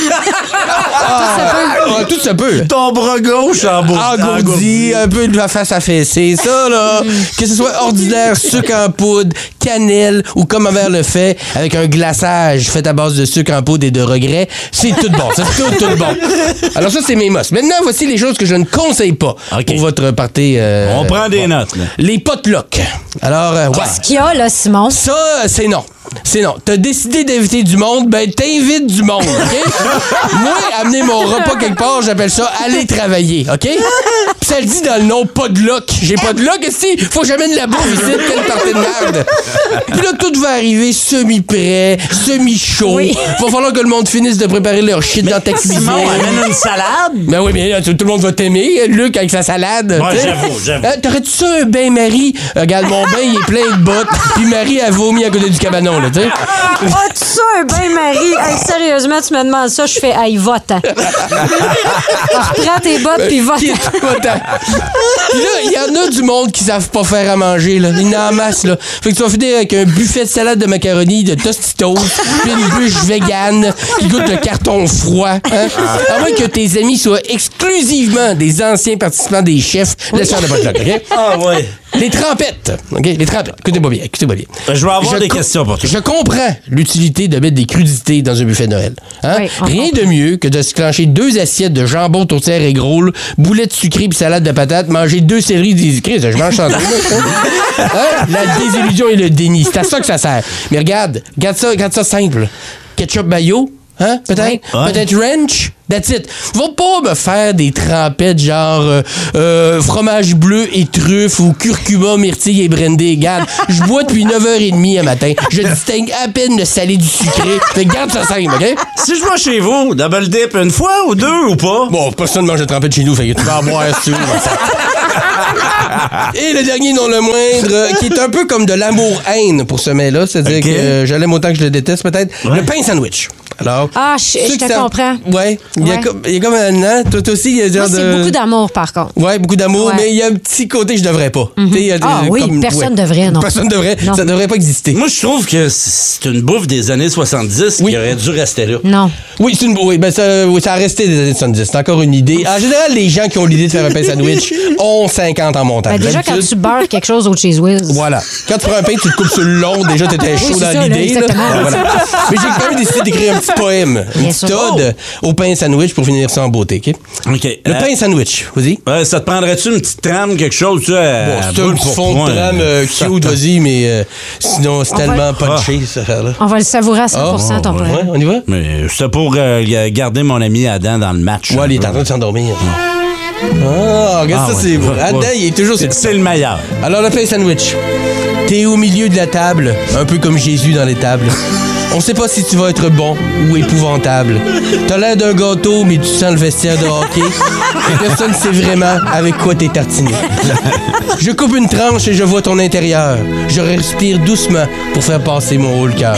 Speaker 8: Ah, tout se peut.
Speaker 7: Ton bras gauche en bouffe.
Speaker 8: Engourdi, un peu de la face affaissée, ça là. que ce soit ordinaire, sucre en poudre, cannelle ou comme ma mère le fait, avec un glaçage fait à base de sucre en poudre et de regrets, c'est tout bon. C'est tout, tout bon. Alors ça, c'est mes mosses. Maintenant, voici les choses que je ne conseille pas
Speaker 7: OK.
Speaker 8: pour votre party. euh,
Speaker 7: On prend des
Speaker 8: ouais.
Speaker 7: notes, là.
Speaker 8: Les potlucks. Alors, euh, ouais.
Speaker 9: Ce qu'il y a, là, Simon.
Speaker 8: Ça, euh, c'est non. C'est non. T'as décidé d'inviter du monde, ben t'invites du monde, OK? Moi, amener mon repas quelque part, j'appelle ça aller travailler, OK? Puis ça le dit dans le nom, pas de loc. J'ai pas de loc, si, faut que j'amène la bouffe ici, quelle partie de merde. Puis là, tout va arriver semi-prêt, semi-chaud. Va falloir que le monde finisse de préparer leur shit dans ta cuisine.
Speaker 7: Simon amène une salade.
Speaker 8: Ben oui, mais là, tout tout le monde va t'aimer, euh, Luc, avec sa salade.
Speaker 7: Ouais,
Speaker 8: tu sais.
Speaker 7: j'avoue, j'avoue.
Speaker 8: Euh, T'aurais-tu ça un bain Marie? Euh, Regarde, mon bain, il est plein de bottes. Puis Marie a vomi à côté du cabanon, là, tu sais.
Speaker 9: Ah, tout ça, un bain-marie. Hey, sérieusement, tu me demandes ça, je fais, hey, hein. va-t'en. Reprends tes bottes, puis
Speaker 8: Ben, Qui est
Speaker 9: va-t'en.
Speaker 8: tout content. Puis là, il y en a du monde qui savent pas faire à manger, là. Il y en a en masse, là. Fait que tu vas finir avec un buffet de salade de macaroni, de tostitos, puis une bûche végane qui goûte le carton froid, hein. À moins que tes amis soient exclusivement des anciens participants des chefs laisseurs de potluck, OK?
Speaker 7: Ah ouais.
Speaker 8: Les trempettes. OK, les trempettes. Écoutez-moi bien, écoutez-moi bien.
Speaker 7: Je vais avoir des
Speaker 8: co-
Speaker 7: questions pour toi.
Speaker 8: Je comprends l'utilité de mettre des crudités dans un buffet de Noël. Hein?
Speaker 9: Oui, on
Speaker 8: Rien de mieux que de se clencher deux assiettes de jambon, tourtière et grôle, boulettes sucrées puis salade de patates, manger deux céleris désigrés. Je mange sans doute, moi. Hein? La désillusion et le déni. C'est à ça que ça sert. Mais regarde, regarde ça, regarde ça simple. Ketchup mayo, hein? Peut-être?
Speaker 7: Ouais.
Speaker 8: Peut-être ranch? That's it. Va pas me faire des trempettes genre euh, euh, fromage bleu et truffe ou curcuma, myrtille et brandy. Garde, je bois depuis 9h30 à matin. Je distingue à peine le salé du sucré. Fait que garde ça simple, OK?
Speaker 7: Si je vais chez vous, double dip une fois ou deux ou pas?
Speaker 8: Bon, personne mange de trempette chez nous, fait que tu vas en boire si tu veux. Et le dernier, non le moindre, euh, qui est un peu comme de l'amour-haine pour ce mets-là, c'est-à-dire
Speaker 7: Ok.
Speaker 8: que euh, je l'aime autant que je le déteste peut-être,
Speaker 7: Ouais.
Speaker 8: le pain sandwich. Alors,
Speaker 9: Ah, je-
Speaker 8: ceux
Speaker 9: je
Speaker 8: qui
Speaker 9: te
Speaker 8: savent-
Speaker 9: comprends.
Speaker 8: Ouais, il y a
Speaker 9: Ouais.
Speaker 8: comme, il y a comme un an, toi, toi aussi, il y a genre
Speaker 9: Moi, c'est
Speaker 8: de...
Speaker 9: beaucoup d'amour, par contre.
Speaker 8: Ouais, beaucoup d'amour,
Speaker 9: Ouais.
Speaker 8: mais il y a un petit côté je devrais pas. Tu sais, il y a de-
Speaker 9: Ah oui, personne devrait, non.
Speaker 8: Personne devrait,
Speaker 9: Non.
Speaker 8: ça devrait pas exister.
Speaker 7: Moi, je trouve que c'est une bouffe des années 70
Speaker 8: Oui.
Speaker 7: qui aurait dû rester là.
Speaker 9: Non.
Speaker 8: Oui, c'est une oui, ben ça, oui, ça a resté des années 70. C'est encore une idée. En général, les gens qui ont l'idée de faire un pain sandwich ont 50 en montant.
Speaker 9: Ben, déjà, quand
Speaker 8: D'habitude-
Speaker 9: tu beurres quelque chose au Cheese Whiz.
Speaker 8: Voilà. Quand tu prends un pain, tu le coupes sur le long. Déjà, t'étais
Speaker 9: Oui,
Speaker 8: chaud
Speaker 9: c'est
Speaker 8: dans
Speaker 9: ça, là,
Speaker 8: l'idée. là.
Speaker 9: exactement.
Speaker 8: Ben, voilà. Mais j'ai quand même décidé d'écrire un petit poème, une
Speaker 9: Bien
Speaker 8: petite
Speaker 9: sûr.
Speaker 8: ode au pain sandwich pour finir ça en beauté. OK?
Speaker 7: OK.
Speaker 8: Le
Speaker 7: euh,
Speaker 8: pain sandwich, vas-y.
Speaker 7: euh, ça te prendrait-tu une petite trame, quelque chose, tu sais?
Speaker 8: Bon,
Speaker 7: à
Speaker 8: c'est un
Speaker 7: brûle
Speaker 8: petit
Speaker 7: pour
Speaker 8: fond de
Speaker 7: point,
Speaker 8: trame euh,
Speaker 7: là. Ah.
Speaker 8: cute, vas-y, mais euh, sinon, c'est tellement punché, cette affaire-là.
Speaker 9: On va le savourer à 100
Speaker 8: Ah,
Speaker 9: ton
Speaker 8: ouais,
Speaker 9: plat.
Speaker 8: on y va?
Speaker 7: Mais c'était pour euh, garder mon ami Adam dans le match.
Speaker 8: Ouais,
Speaker 7: un
Speaker 8: il est
Speaker 7: peu.
Speaker 8: en train de s'endormir. Ah, regarde
Speaker 7: Ah,
Speaker 8: ça,
Speaker 7: ouais.
Speaker 8: c'est beau.
Speaker 7: Ouais.
Speaker 8: Adam, il est toujours...
Speaker 7: C'est c'est le meilleur.
Speaker 8: Alors, le pain sandwich. T'es au milieu de la table, un peu comme Jésus dans les tables. On sait pas si tu vas être bon ou épouvantable. T'as l'air d'un gâteau, mais tu sens le vestiaire de hockey. Et personne sait vraiment avec quoi t'es tartiné. Je coupe une tranche et je vois ton intérieur. Je respire doucement pour faire passer mon haut le cœur.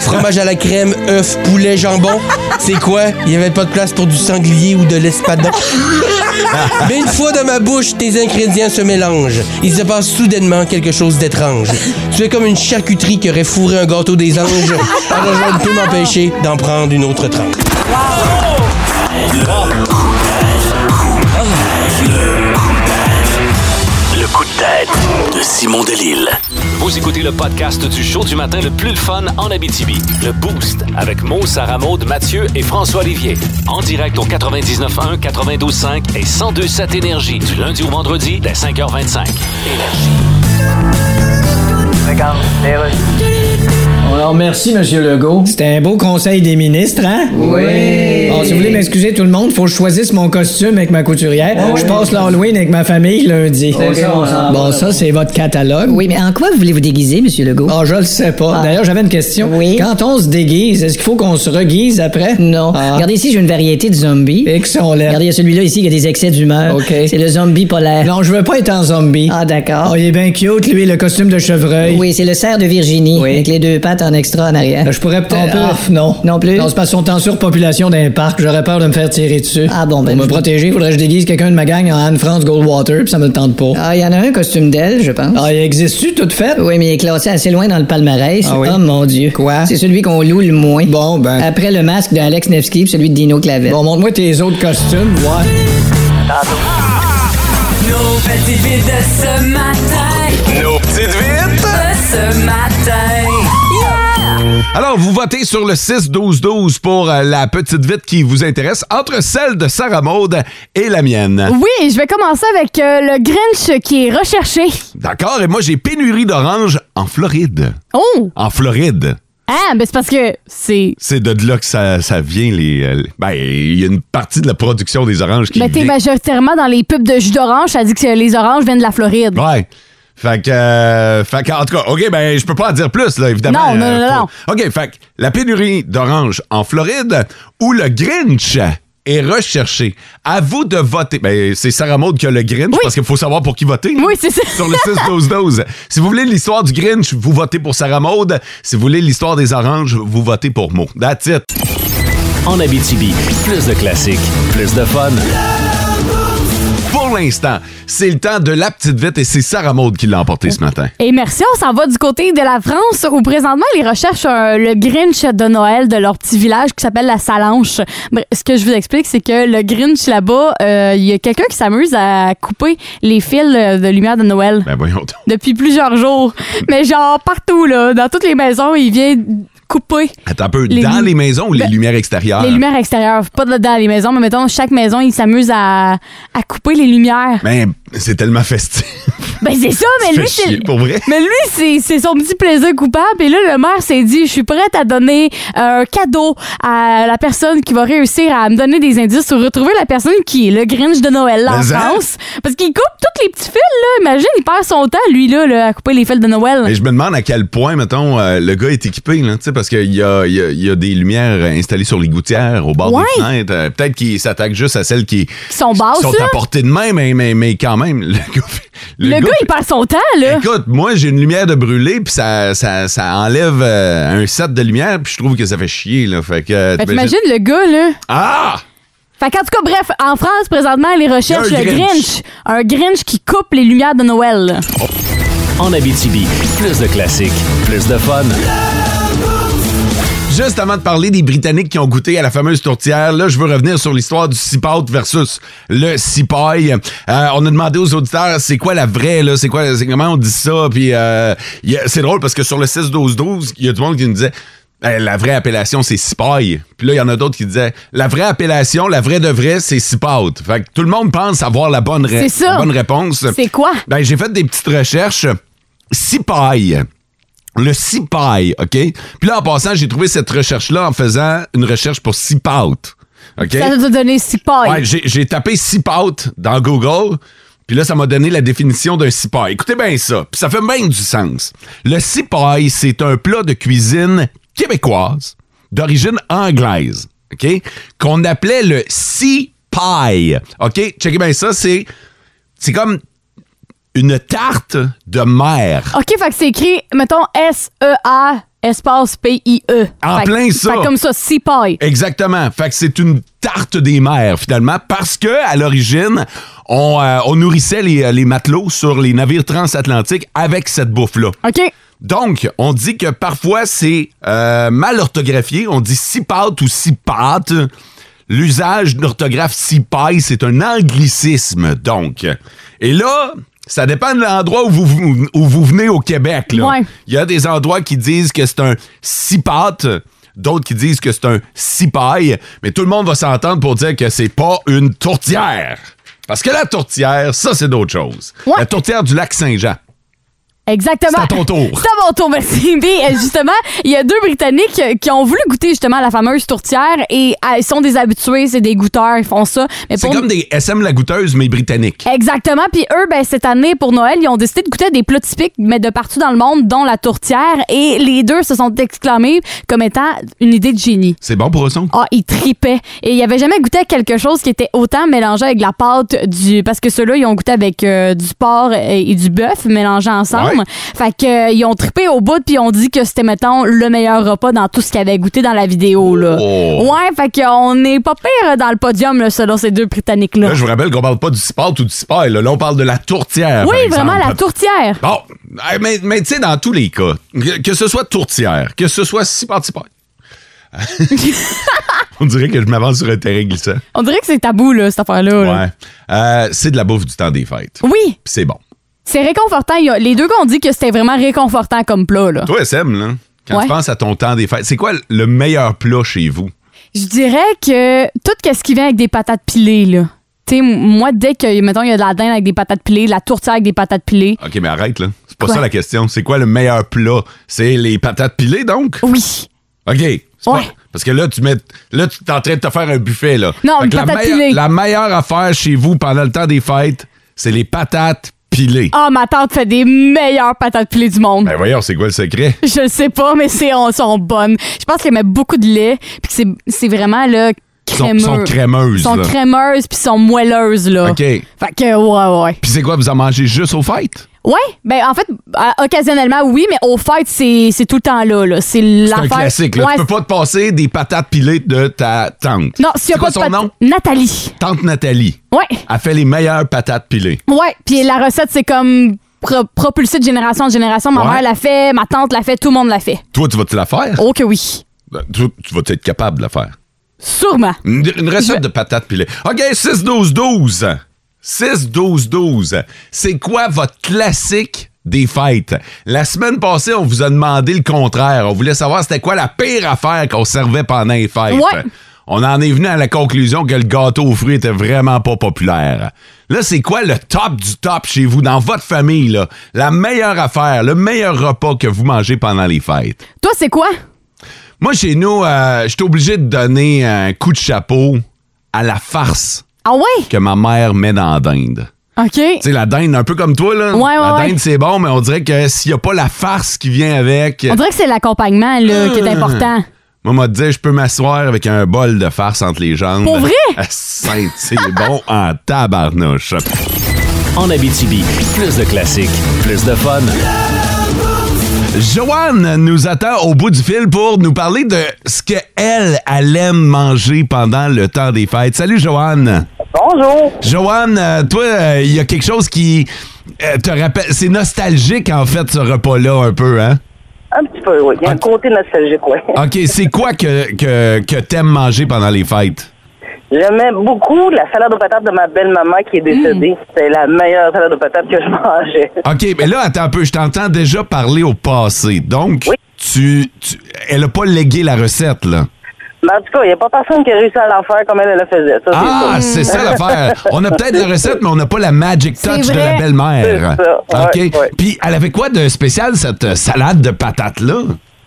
Speaker 8: Fromage à la crème, œuf, poulet, jambon. C'est quoi? Il y avait pas de place pour du sanglier ou de l'espadon. Mais une fois dans ma bouche, tes ingrédients se mélangent. Il se passe soudainement quelque chose d'étrange. Tu es comme une charcuterie qui aurait fourré un gâteau des anges. Alors je ne peux m'empêcher d'en prendre une autre tranche.
Speaker 2: Le coup de tête de Simon Delille. Vous écoutez le podcast du show du matin le plus fun en Abitibi. Le Boost avec Mo, Sarah Maud, Mathieu et François Olivier. En direct au 99.1, 92.5 et 102.7 Énergie du lundi au vendredi dès 5h25. Énergie.
Speaker 10: Alors, merci, Monsieur Legault.
Speaker 6: C'était un beau conseil des ministres, hein? Oui. Bon, si vous voulez m'excuser tout le monde, faut que je choisisse mon costume avec ma couturière. Je passe l'Halloween avec ma famille lundi. Bon, ça, c'est votre catalogue.
Speaker 10: Oui, mais en quoi voulez-vous déguiser, Monsieur Legault?
Speaker 6: Ah, je le sais pas. D'ailleurs, j'avais une question.
Speaker 10: Oui.
Speaker 6: Quand on se déguise, est-ce qu'il faut qu'on se reguise après?
Speaker 10: Non.
Speaker 6: Ah.
Speaker 10: Regardez ici, j'ai une variété de zombies.
Speaker 6: Et que sont là.
Speaker 10: Regardez, il y a celui-là ici qui a des excès d'humeur.
Speaker 6: OK.
Speaker 10: C'est le zombie polaire.
Speaker 6: Non, je veux pas être en zombie.
Speaker 10: Ah, d'accord.
Speaker 6: Oh, il est bien cute, lui, le costume de chevreuil.
Speaker 10: Oui, c'est le cerf de Virginie,
Speaker 6: Oui. Ben,
Speaker 10: avec les deux pattes en extra en arrière.
Speaker 6: Je pourrais me tromper.
Speaker 10: Euh, ah.
Speaker 6: non.
Speaker 10: Non plus?
Speaker 6: Non, c'est parce qu'on est en surpopulation d'un parc. J'aurais peur de me faire tirer dessus.
Speaker 10: Ah bon, ben,
Speaker 6: Pour me
Speaker 10: je-
Speaker 6: protéger, faudrait que je déguise quelqu'un de ma gang en Anne-France Goldwater, puis ça me le tente pas.
Speaker 10: Ah, il y en a un costume d'elle, je pense.
Speaker 6: Ah, il existe-tu, toute faite?
Speaker 10: Oui, mais il est classé assez loin dans le palmarès.
Speaker 6: Ah oui?
Speaker 10: Oh mon Dieu.
Speaker 6: Quoi?
Speaker 10: C'est celui qu'on loue le moins.
Speaker 6: Bon, ben.
Speaker 10: Après le masque d'Alex Nevsky et celui de Dino Clavel.
Speaker 6: Bon, montre-moi tes autres costumes, voir.
Speaker 1: Nos petites vites de ce matin.
Speaker 2: Nos petites vites!
Speaker 1: De ce matin.
Speaker 3: Alors, vous votez sur le 6-12-12 pour euh, la petite vite qui vous intéresse, entre celle de Sarah Maude et la mienne.
Speaker 4: Oui, je vais commencer avec euh, le Grinch qui est recherché.
Speaker 3: D'accord? Et moi, j'ai pénurie d'oranges en Floride.
Speaker 4: Oh!
Speaker 3: En Floride.
Speaker 4: Ah, ben c'est parce que c'est.
Speaker 3: C'est de là que ça, ça vient, les. euh, Ben, il y a une partie de la production des oranges qui.
Speaker 4: Ben, t'es
Speaker 3: vient-
Speaker 4: majoritairement dans les pubs de jus d'orange, ça dit que les oranges viennent de la Floride.
Speaker 3: Ouais. Fait que, euh, fait que, en tout cas, OK, ben, je peux pas en dire plus, là,
Speaker 4: Non,
Speaker 3: évidemment.
Speaker 4: non, non, non.
Speaker 3: faut- OK, fait que la pénurie d'oranges en Floride où le Grinch est recherché. À vous de voter. Ben, c'est Sarah Maud qui a le Grinch parce qu'il faut savoir pour qui voter.
Speaker 4: Oui, c'est ça.
Speaker 3: Sur le 6-12-12. Si vous voulez l'histoire du Grinch, vous votez pour Sarah Maud. Si vous voulez l'histoire des oranges, vous votez pour Mo. That's it.
Speaker 5: En Abitibi, plus de classiques, plus de fun.
Speaker 3: Pour l'instant, c'est le temps de la petite vite et c'est Sarah Maud qui l'a emporté ce matin.
Speaker 4: Et merci, on s'en va du côté de la France où présentement les recherchent euh, le Grinch de Noël de leur petit village qui s'appelle la Salanche. Bref, ce que je vous explique, c'est que le Grinch là-bas, euh, il y a quelqu'un qui s'amuse à couper les fils euh, de lumière de Noël
Speaker 3: Ben, voyons donc.
Speaker 4: depuis plusieurs jours. Mais genre partout, là, dans toutes les maisons, il vient couper
Speaker 3: Attends un peu.
Speaker 4: Les
Speaker 3: dans
Speaker 4: lumi-
Speaker 3: les maisons ou les
Speaker 4: Ben,
Speaker 3: lumières extérieures?
Speaker 4: les lumières extérieures. Pas dans les maisons, mais mettons, chaque maison, il s'amuse à, à couper les lumières.
Speaker 3: Mais Ben, c'est tellement festif.
Speaker 4: Ben c'est ça, mais
Speaker 3: Tu
Speaker 4: lui,
Speaker 3: fais chier,
Speaker 4: c'est...
Speaker 3: pour vrai.
Speaker 4: Mais lui, c'est- c'est son petit plaisir coupable. Et là, le maire s'est dit, je suis prête à donner un cadeau à la personne qui va réussir à me donner des indices ou retrouver la personne qui est le Grinch de Noël là, en
Speaker 3: Mais hein?
Speaker 4: France. Parce qu'il coupe tous les petits fils, là. Imagine, il perd son temps, lui, là, là, à couper les fils de Noël.
Speaker 3: Mais je me demande à quel point, mettons, euh, le gars est équipé, là, tu sais, parce qu'il y a, il y a- il y a des lumières installées sur les gouttières, au bord
Speaker 4: Ouais.
Speaker 3: des fenêtres. Euh, Peut-être qu'il s'attaque juste à celles qui,
Speaker 4: Qui sont basses,
Speaker 3: sont
Speaker 4: là.
Speaker 3: à portée de main, mais, mais, mais quand même, le gars...
Speaker 4: Le, gars, il perd son temps, là.
Speaker 3: Écoute, moi, j'ai une lumière de brûlée, puis ça, ça, ça enlève euh, un set de lumière, puis je trouve que ça fait chier, là. Fait que... euh,
Speaker 4: Ben,
Speaker 3: t'imagines-
Speaker 4: t'imagines le gars, là.
Speaker 3: Ah!
Speaker 4: Fait qu'en tout cas, bref, en France, présentement, les recherches
Speaker 3: Il y a
Speaker 4: le
Speaker 3: un
Speaker 4: Grinch. Un Grinch qui coupe les lumières de Noël. là.
Speaker 5: En Abitibi, plus de classiques, plus de fun.
Speaker 3: Juste avant de parler des Britanniques qui ont goûté à la fameuse tourtière, là, je veux revenir sur l'histoire du cipote versus le cipaille. Euh, on a demandé aux auditeurs, c'est quoi la vraie, là? C'est quoi, c'est comment on dit ça? Puis, euh, il y a- c'est drôle parce que sur le 6-12-12, il y a du monde qui nous disait, Eh, la vraie appellation, c'est cipaille. Puis là, il y en a d'autres qui disaient, la vraie appellation, la vraie de vraie, c'est cipote. Fait que tout le monde pense avoir la bonne, ré-
Speaker 4: C'est ça.
Speaker 3: la bonne réponse.
Speaker 4: C'est quoi?
Speaker 3: Ben, j'ai fait des petites recherches. Cipaille. Le cipaille, OK? Puis là, en passant, j'ai trouvé cette recherche-là en faisant une recherche pour cipout. OK?
Speaker 4: Ça t'a donné six pailles.
Speaker 3: Ouais, j'ai j'ai tapé cipout dans Google. Puis là, ça m'a donné la définition d'un cipaille. Écoutez bien ça. Puis ça fait même du sens. Le cipaille, c'est un plat de cuisine québécoise d'origine anglaise. OK? Qu'on appelait le cipaille. OK? Checkez bien ça. C'est c'est comme une tarte de mer.
Speaker 4: OK, fait que c'est écrit, mettons, S-E-A, espace P-I-E.
Speaker 3: En
Speaker 4: Fait que-
Speaker 3: plein ça.
Speaker 4: Fait que comme ça, six pailles.
Speaker 3: Exactement. Fait que c'est une tarte des mers, finalement, parce que à l'origine, on, euh, on nourrissait les, euh, les matelots sur les navires transatlantiques avec cette bouffe-là.
Speaker 4: OK.
Speaker 3: Donc, on dit que parfois, c'est euh, mal orthographié. On dit six pâtes ou six pâtes. L'usage d'orthographe six pailles, c'est un anglicisme, donc. Et là, ça dépend de l'endroit où vous, où vous venez au Québec. là. Il y a des endroits qui disent que c'est un six pâtes, d'autres qui disent que c'est un six pailles, mais tout le monde va s'entendre pour dire que c'est pas une tourtière. Parce que la tourtière, ça, c'est d'autres choses. La tourtière du lac Saint-Jean.
Speaker 4: Exactement.
Speaker 3: C'est à ton tour.
Speaker 4: C'est à mon tour, merci. Puis, euh, justement, il y a deux Britanniques euh, qui ont voulu goûter justement à la fameuse tourtière et euh, ils sont des habitués, c'est des goûteurs, ils font ça. Mais
Speaker 3: C'est
Speaker 4: pour-
Speaker 3: comme des SM la goûteuse, mais britannique.
Speaker 4: Exactement. Puis eux, ben, cette année, pour Noël, ils ont décidé de goûter à des plats typiques, mais de partout dans le monde, dont la tourtière. Et les deux se sont exclamés comme étant une idée de génie.
Speaker 3: C'est bon pour eux, son?
Speaker 4: Ah, ils tripaient. Et ils avaient jamais goûté à quelque chose qui était autant mélangé avec la pâte du. Parce que ceux-là, ils ont goûté avec euh, du porc et, et du bœuf mélangés ensemble.
Speaker 11: Ouais.
Speaker 4: Fait que, euh, ils ont trippé au bout, puis ils ont dit que c'était, mettons, le meilleur repas dans tout ce qu'ils avaient goûté dans la vidéo, là.
Speaker 3: Oh.
Speaker 4: Ouais, fait qu'on n'est pas pire dans le podium, là, selon ces deux Britanniques-là.
Speaker 3: Là, je vous rappelle qu'on parle pas du sport ou du sport. Là, Là, on parle de la tourtière.
Speaker 4: oui,
Speaker 3: par
Speaker 4: vraiment,
Speaker 3: exemple.
Speaker 4: la tourtière.
Speaker 3: Bon, eh, mais, mais tu sais, dans tous les cas, que, que ce soit tourtière, que ce soit sport, sport. on dirait que je m'avance sur un terrain glissant.
Speaker 4: On dirait que c'est tabou, là, cette affaire-là. là.
Speaker 3: Ouais. Euh, c'est de la bouffe du temps des fêtes.
Speaker 4: Oui.
Speaker 3: Puis c'est bon.
Speaker 4: C'est réconfortant. Il y a- Les deux gars ont dit que c'était vraiment réconfortant comme plat, là.
Speaker 3: Toi, SM, là, quand
Speaker 4: Ah. Ouais.
Speaker 3: tu penses à ton temps des fêtes, c'est quoi le meilleur plat chez vous?
Speaker 4: Je dirais que tout ce qui vient avec des patates pilées, là. Tu sais, m- moi, dès que, mettons, il y a de la dinde avec des patates pilées, de la tourtière avec des patates pilées.
Speaker 3: OK, mais arrête, là. C'est pas
Speaker 4: Quoi?
Speaker 3: ça la question. C'est quoi le meilleur plat? C'est les patates pilées, donc?
Speaker 4: Oui.
Speaker 3: OK. C'est pas- Parce que là, tu mets. Là, tu es en train de te faire un buffet, là.
Speaker 4: Non,
Speaker 3: Fait que la,
Speaker 4: patates
Speaker 3: meilleure-
Speaker 4: pilées.
Speaker 3: la meilleure affaire chez vous pendant le temps des fêtes, c'est les patates pilées.
Speaker 4: Ah, ma tante fait des meilleures patates pilées du monde.
Speaker 3: Ben voyons, c'est quoi le secret?
Speaker 4: Je le sais pas, mais c'est, on, sont bonnes. Je pense qu'elle met beaucoup de lait, puis que c'est, c'est vraiment, là,
Speaker 3: Sont-
Speaker 4: crémeux.
Speaker 3: sont crémeuses,
Speaker 4: Sont
Speaker 3: là.
Speaker 4: crémeuses, puis sont moelleuses, là.
Speaker 3: OK.
Speaker 4: Fait que, ouais, ouais.
Speaker 3: Puis c'est quoi, vous en mangez juste aux fêtes?
Speaker 4: Ouais, ben en fait, euh, occasionnellement, oui, mais au fait, c'est c'est tout le temps là. là. C'est
Speaker 3: C'est un
Speaker 4: l'affaire.
Speaker 3: classique, là.
Speaker 4: Ouais,
Speaker 3: Tu peux pas te passer des patates pilées de ta tante.
Speaker 4: Non, s'il y a
Speaker 3: C'est
Speaker 4: pas
Speaker 3: quoi
Speaker 4: de
Speaker 3: son
Speaker 4: pat-
Speaker 3: nom?
Speaker 4: Nathalie.
Speaker 3: Tante Nathalie.
Speaker 4: Ouais.
Speaker 3: Elle fait les meilleures patates pilées.
Speaker 4: Ouais, puis la recette, c'est comme pro- propulsée de génération en génération. Ma
Speaker 3: Ouais.
Speaker 4: mère l'a fait, ma tante l'a fait, tout le monde l'a fait.
Speaker 3: Toi, tu vas-tu la faire?
Speaker 4: Oh que oui.
Speaker 3: Ben, toi, tu vas être capable de la faire.
Speaker 4: Sûrement.
Speaker 3: Une, une recette de patates pilées. OK, 6-12-12. 6-12-12. C'est quoi votre classique des fêtes? La semaine passée, on vous a demandé le contraire. On voulait savoir c'était quoi la pire affaire qu'on servait pendant les fêtes.
Speaker 12: Ouais.
Speaker 3: On en est venu à la conclusion que le gâteau aux fruits était vraiment pas populaire. Là, c'est quoi le top du top chez vous, dans votre famille, là? La meilleure affaire, le meilleur repas que vous mangez pendant les fêtes?
Speaker 4: Toi, c'est quoi?
Speaker 3: Moi, chez nous, euh, j'étais obligé de donner un coup de chapeau à la farce
Speaker 4: Ah ouais?
Speaker 3: que ma mère met dans la dinde.
Speaker 4: OK.
Speaker 3: Tu sais, la dinde, un peu comme toi, là.
Speaker 4: Ouais, ouais,
Speaker 3: la
Speaker 4: ouais.
Speaker 3: dinde, c'est bon, mais on dirait que s'il n'y a pas la farce qui vient avec.
Speaker 4: On dirait que c'est l'accompagnement là, qui est important.
Speaker 3: Moi, m'a dit, je peux m'asseoir avec un bol de farce entre les jambes.
Speaker 4: Pour vrai?
Speaker 3: Ah, Saint, c'est bon en tabarnouche.
Speaker 5: En Abitibi, plus de classiques, plus de fun.
Speaker 3: Joanne nous attend au bout du fil pour nous parler de ce qu'elle, elle, aime manger pendant le temps des fêtes. Salut, Joanne.
Speaker 13: Bonjour.
Speaker 3: Joanne, euh, toi, euh, il y a quelque chose qui euh, te rappelle. C'est nostalgique, en fait, ce repas-là, un peu, hein?
Speaker 11: Un petit peu, oui. Il y a un côté nostalgique, oui.
Speaker 3: OK, c'est quoi que, que, que t'aimes manger pendant les fêtes?
Speaker 11: J'aimais beaucoup la salade aux patates de ma belle-maman qui est décédée. C'est la meilleure salade aux patates que je mangeais.
Speaker 3: OK, mais là, attends un peu, je t'entends déjà parler au passé. Donc, tu, tu- elle a pas légué la recette, là.
Speaker 11: Mais en tout cas, il n'y a pas personne qui a réussi à l'en faire comme elle, elle le faisait. Ça,
Speaker 3: Ah,
Speaker 11: sûr.
Speaker 3: c'est ça l'affaire. On a peut-être la recette, mais on n'a pas la magic
Speaker 11: C'est
Speaker 3: touch de
Speaker 11: vrai.
Speaker 3: la belle-mère.
Speaker 11: C'est ça,
Speaker 3: OK.
Speaker 11: ouais, ouais.
Speaker 3: Puis, elle avait quoi de spécial, cette euh, salade de patates-là?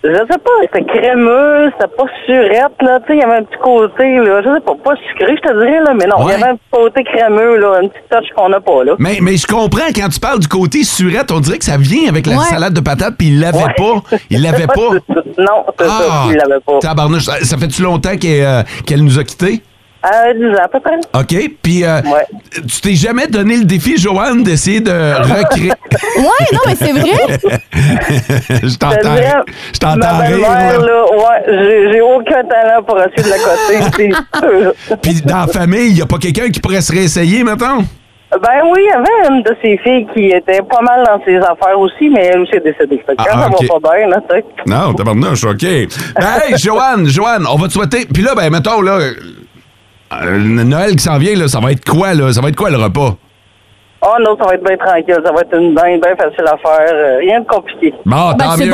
Speaker 11: Je sais pas, c'était crémeux, c'était pas surette, là, tu sais, il y avait un petit côté, là, je sais pas, pas sucré, je te dirais, là, mais non, il y avait un petit côté crémeux, là, un petit touch qu'on n'a pas, là.
Speaker 3: Mais, mais je comprends, quand tu parles du côté surette, on dirait que ça vient avec la
Speaker 11: Ouais.
Speaker 3: salade de patates, puis il l'avait
Speaker 11: Ouais.
Speaker 3: pas. Il l'avait pas. Ah,
Speaker 11: non, c'est ça, il l'avait pas.
Speaker 3: Tabarnouche, ça, ça fait-tu longtemps qu'elle euh, qu'elle nous a quittés?
Speaker 11: Euh, 10 ans, à peu près.
Speaker 3: OK, puis euh, tu t'es jamais donné le défi, Joanne, d'essayer de recréer...
Speaker 4: Ouais, non, mais c'est vrai.
Speaker 3: je t'entends
Speaker 11: C'est vrai,
Speaker 3: rire. Je t'entends
Speaker 11: Ma
Speaker 3: rire,
Speaker 11: belle-mère,
Speaker 3: là.
Speaker 11: là, ouais, j'ai- j'ai aucun talent pour essayer de la côté, c'est sûr.
Speaker 3: Puis dans la famille, il n'y a pas quelqu'un qui pourrait se réessayer, maintenant?
Speaker 11: Ben oui, il y avait une de ses filles qui était pas mal dans ses affaires aussi, mais elle aussi est décédée. Fait que
Speaker 3: Ah,
Speaker 11: quand ça
Speaker 3: ok.
Speaker 11: va pas bien, là, tu sais.
Speaker 3: Non, tabarnouche, OK. Ben, hey, Joanne, Joanne, on va te souhaiter... Puis là, ben, mettons, là, euh, Noël qui s'en vient, là, ça va être quoi, là? Ça va être quoi, le repas?
Speaker 11: Oh non, ça va être bien tranquille, ça va être une dingue, bien facile à faire, euh, rien de compliqué.
Speaker 3: Bon,
Speaker 4: Ben,
Speaker 3: tant mieux.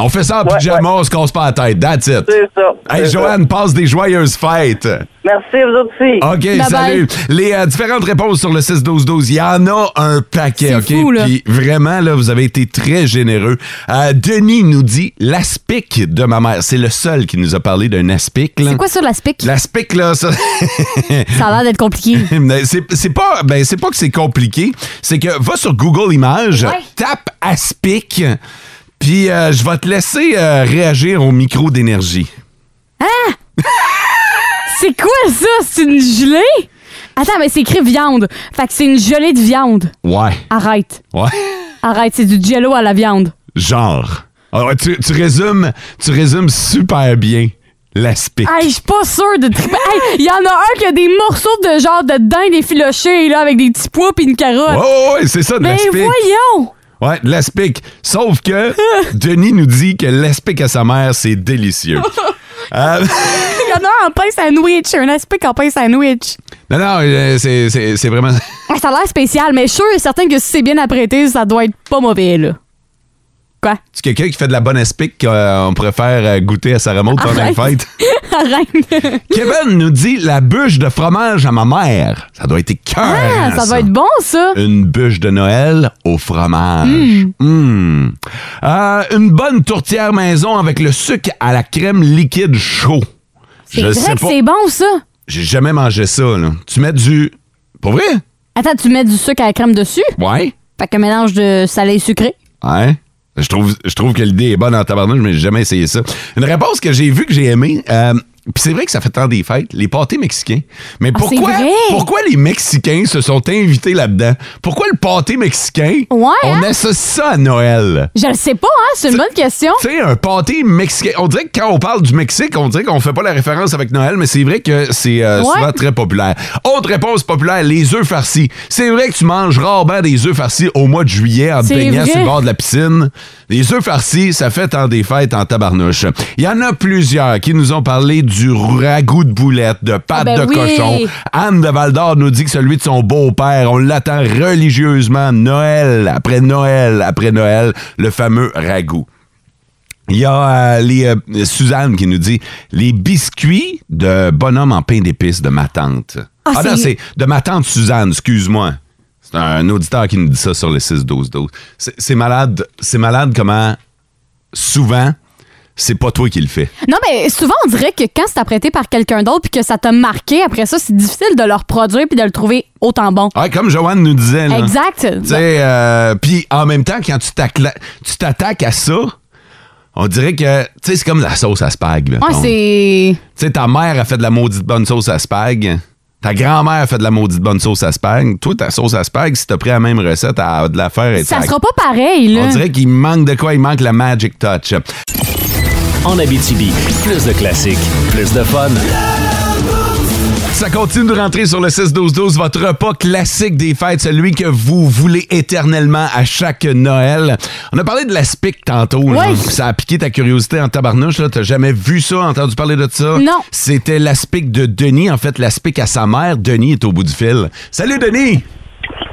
Speaker 3: On fait ça en pyjama, on se casse pas la tête. That's it.
Speaker 11: C'est ça.
Speaker 3: Hey,
Speaker 11: c'est
Speaker 3: Joanne, passe des joyeuses fêtes.
Speaker 11: Merci, vous aussi.
Speaker 3: OK, salut. Les euh, différentes réponses sur le 6-12-12, il y en a un paquet, OK?
Speaker 11: fou, là.
Speaker 3: Puis vraiment, là, vous avez été très généreux. Euh, Denis nous dit l'aspic de ma mère. C'est le seul qui nous a parlé d'un aspic. là.
Speaker 4: C'est quoi ça, l'aspic?
Speaker 3: L'aspic, là, ça.
Speaker 4: Ça a l'air d'être compliqué.
Speaker 3: Mais c'est c'est pas ben c'est pas que c'est compliqué, c'est que va sur Google Images,
Speaker 4: Ouais.
Speaker 3: tape aspic, puis euh, je vais te laisser euh, réagir au micro d'énergie.
Speaker 4: Ah! C'est quoi ça? C'est une gelée? Attends, mais c'est écrit viande. Fait que c'est une gelée de viande.
Speaker 3: Ouais.
Speaker 4: Arrête.
Speaker 3: Ouais.
Speaker 4: Arrête, c'est du jello à la viande.
Speaker 3: Genre. Ah ouais, tu, tu résumes tu résumes super bien l'aspic.
Speaker 4: Hey, je suis pas sûre de triper. Hey, il y en a un qui a des morceaux de genre de dinde effilochée, là, avec des petits pois puis une carotte.
Speaker 3: Ouais, ouais, ouais, c'est ça, de
Speaker 4: Mais
Speaker 3: l'aspic.
Speaker 4: voyons!
Speaker 3: Ouais, de l'aspic. Sauf que Denis nous dit que l'aspic à sa mère, c'est délicieux.
Speaker 4: Oh
Speaker 3: Euh,
Speaker 4: Il y en a un en pain sandwich, un aspic en pain sandwich.
Speaker 3: non, non, euh, c'est- c'est c'est vraiment...
Speaker 4: Ah, Ça a l'air spécial, mais je suis sûre et certaine que si c'est bien apprêté, ça doit être pas mauvais, là. Quoi?
Speaker 3: C'est quelqu'un qui fait de la bonne aspic qu'on préfère euh, goûter à Sarah Maud pendant les fêtes.
Speaker 4: Arrête.
Speaker 3: Kevin nous dit la bûche de fromage à ma mère. Ça doit être cœur.
Speaker 4: Ah, ça doit être bon, ça.
Speaker 3: Une bûche de Noël au fromage.
Speaker 4: Mm.
Speaker 3: Mm. Euh, une bonne tourtière maison avec le sucre à la crème liquide chaud.
Speaker 4: C'est vrai que c'est bon, ça.
Speaker 3: J'ai jamais mangé ça. là. Tu mets du. Pour vrai?
Speaker 4: Attends, tu mets du sucre à la crème dessus?
Speaker 3: Ouais.
Speaker 4: Fait qu'un mélange de salé et sucré.
Speaker 3: Ouais. Je trouve, je trouve que l'idée est bonne en tabarnouche, mais j'ai jamais essayé ça. Une réponse que j'ai vue, que j'ai aimée, euh, puis c'est vrai que ça fait tant des fêtes, les pâtés mexicains. Mais
Speaker 4: Ah,
Speaker 3: pourquoi,
Speaker 4: c'est vrai!
Speaker 3: pourquoi les Mexicains se sont invités là-dedans? Pourquoi le pâté mexicain, on
Speaker 4: hein?
Speaker 3: associe ça à Noël?
Speaker 4: Je le sais pas, hein? C'est une bonne question.
Speaker 3: Tu sais, un pâté mexicain. On dirait que quand on parle du Mexique, on dirait qu'on fait pas la référence avec Noël, mais c'est vrai que c'est euh,
Speaker 4: Ouais.
Speaker 3: souvent très populaire. Autre réponse populaire, les œufs farcis. C'est vrai que tu manges rarement des œufs farcis au mois de juillet en te
Speaker 5: C'est
Speaker 3: baignant
Speaker 5: vrai.
Speaker 3: sur le bord de la piscine. Les œufs farcis, ça fait tant des fêtes en tabarnouche. Il y en a plusieurs qui nous ont parlé du ragoût de boulettes, de pâte
Speaker 5: ben
Speaker 3: de
Speaker 5: oui.
Speaker 3: cochon. Anne de Val-d'Or nous dit que celui de son beau-père, on l'attend religieusement Noël après Noël après Noël, le fameux ragoût. Il y a euh, les, euh, Suzanne qui nous dit les biscuits de bonhomme en pain d'épices de ma tante.
Speaker 5: Ah,
Speaker 3: Ah, non,
Speaker 5: c'est-
Speaker 3: c'est de ma tante Suzanne, excuse-moi. C'est un auditeur qui nous dit ça sur le 6-12-12. C'est- C'est malade, c'est malade comment souvent, c'est pas toi qui le fais.
Speaker 4: Non, mais souvent, on dirait que quand c'est apprêté par quelqu'un d'autre puis que ça t'a marqué, après ça, c'est difficile de le reproduire puis de le trouver autant bon.
Speaker 3: Ouais, comme Joanne nous disait. Là.
Speaker 4: Exact.
Speaker 3: Tu sais, euh, puis en même temps, quand tu t'accla- tu t'attaques à ça, on dirait que, tu sais, c'est comme la sauce à spag.
Speaker 4: Ouais,
Speaker 3: Ah, mettons.
Speaker 4: c'est.
Speaker 3: Tu sais, ta mère a fait de la maudite bonne sauce à spag. Ta grand-mère a fait de la maudite bonne sauce à spag. Toi, ta sauce à spag, si t'as pris la même recette, à de la faire et
Speaker 4: Ça
Speaker 3: tac.
Speaker 4: sera pas pareil, là.
Speaker 3: On dirait qu'il manque de quoi? Il manque la magic touch.
Speaker 5: En Abitibi, plus de classiques, plus de fun.
Speaker 3: Ça continue de rentrer sur le 6-12-12, votre repas classique des fêtes, celui que vous voulez éternellement à chaque Noël. On a parlé de l'aspic tantôt. là.
Speaker 4: Ouais.
Speaker 3: Ça a piqué ta curiosité en tabarnouche. là. T'as jamais vu ça, entendu parler de ça?
Speaker 4: Non.
Speaker 3: C'était l'aspic de Denis. En fait, l'aspic à sa mère. Denis est au bout du fil. Salut, Denis!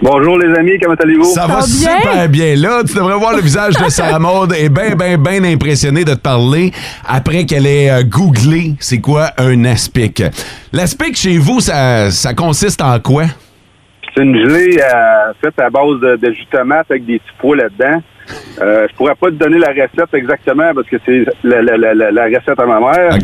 Speaker 12: Bonjour les amis, comment allez-vous?
Speaker 3: Ça va super bien. Là, tu devrais voir le visage de Sarah Maud. est bien, bien, bien impressionnée de te parler après qu'elle ait euh, googlé c'est quoi un aspic. L'aspic chez vous, ça, ça consiste en quoi?
Speaker 12: C'est une gelée euh, faite à base de, de jus de tomate avec des petits pois là-dedans. Euh, je pourrais pas te donner la recette exactement parce que c'est la, la- la- la- la recette à ma mère.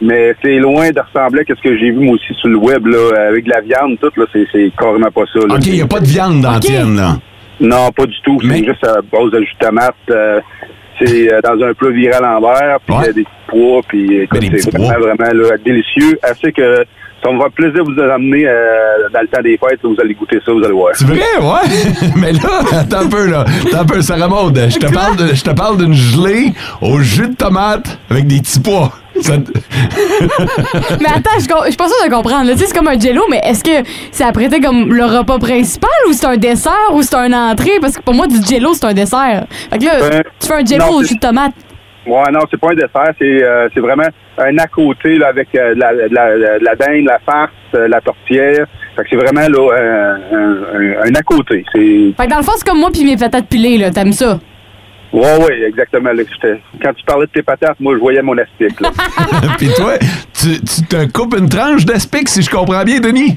Speaker 12: Mais c'est loin de ressembler à ce que j'ai vu moi aussi sur le web là, avec de la viande, tout là, c'est, c'est carrément pas ça.
Speaker 3: OK, il n'y a pas de viande dans la tienne, là.
Speaker 12: Non, pas du tout. C'est juste euh, à base de jus de tomate. euh, c'est euh, dans un plat viral en verre, puis il y a des petits pois, puis écoute, c'est vraiment, vraiment là, délicieux. Assez que ça me va plaisir de vous en amener euh, dans le temps des fêtes. Vous allez goûter ça, vous allez voir.
Speaker 3: C'est vrai, ouais. Mais là, attends un peu, là. Attends un peu, Sarah Maud. Je te parle de- je te parle d'une gelée au jus de tomate avec des petits pois. Ça te-
Speaker 4: Mais attends, je, com- je suis pas sûre de comprendre. là. Tu sais, c'est comme un jello, mais est-ce que c'est apprêté comme le repas principal ou c'est un dessert ou c'est un entrée? Parce que pour moi, du jello, c'est un dessert. Fait que là,
Speaker 12: Ben,
Speaker 4: tu fais un jello
Speaker 12: non,
Speaker 4: au
Speaker 12: c'est-
Speaker 4: jus de tomate.
Speaker 12: Ouais, non, c'est pas un dessert, c'est euh, c'est vraiment un à côté là, avec euh, de la, de la, de la dinde, la farce, euh, la tortillère. Fait que c'est vraiment là, euh, un, un- un à côté. C'est
Speaker 4: Fait que dans le fond, c'est comme moi puis mes patates pilées, là. T'aimes ça?
Speaker 12: ouais, ouais, exactement. là, que j'étais- quand tu parlais de tes patates, moi je voyais mon aspic. là.
Speaker 3: Puis toi, tu, tu te coupes une tranche d'aspic, si je comprends bien, Denis.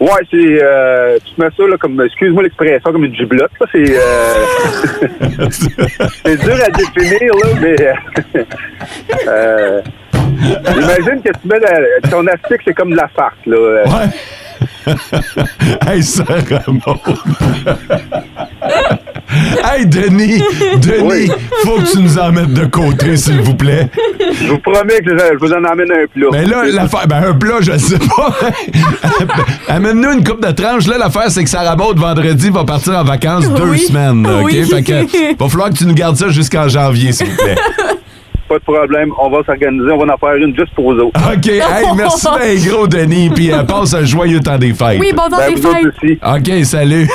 Speaker 12: ouais, c'est euh, tu mets ça là, comme excuse-moi l'expression comme une giblotte. là, C'est euh, c'est dur à définir là, mais euh, j'imagine que tu mets la- ton aspic, c'est comme de la farce là.
Speaker 3: hey, Sarah Maud. hey, Denis. Denis, faut que tu nous en mettes de côté, s'il vous plaît.
Speaker 12: Je vous promets que je vous en emmène un plat.
Speaker 3: Mais là, l'affaire, ben un plat, je sais pas. Amène-nous une coupe de tranche. Là, l'affaire, c'est que Sarah Maud, vendredi, va partir en vacances deux
Speaker 12: Oui.
Speaker 3: semaines. OK?
Speaker 12: Oui.
Speaker 3: Fait que, va falloir que tu nous gardes ça jusqu'en janvier, s'il vous plaît.
Speaker 12: Pas de problème, on va s'organiser, on va en faire une juste pour vous autres.
Speaker 3: OK, hey, merci ben gros, Denis, puis euh, passe un joyeux temps des fêtes.
Speaker 12: Oui, bon temps Ben, des vous fêtes.
Speaker 3: OK, salut.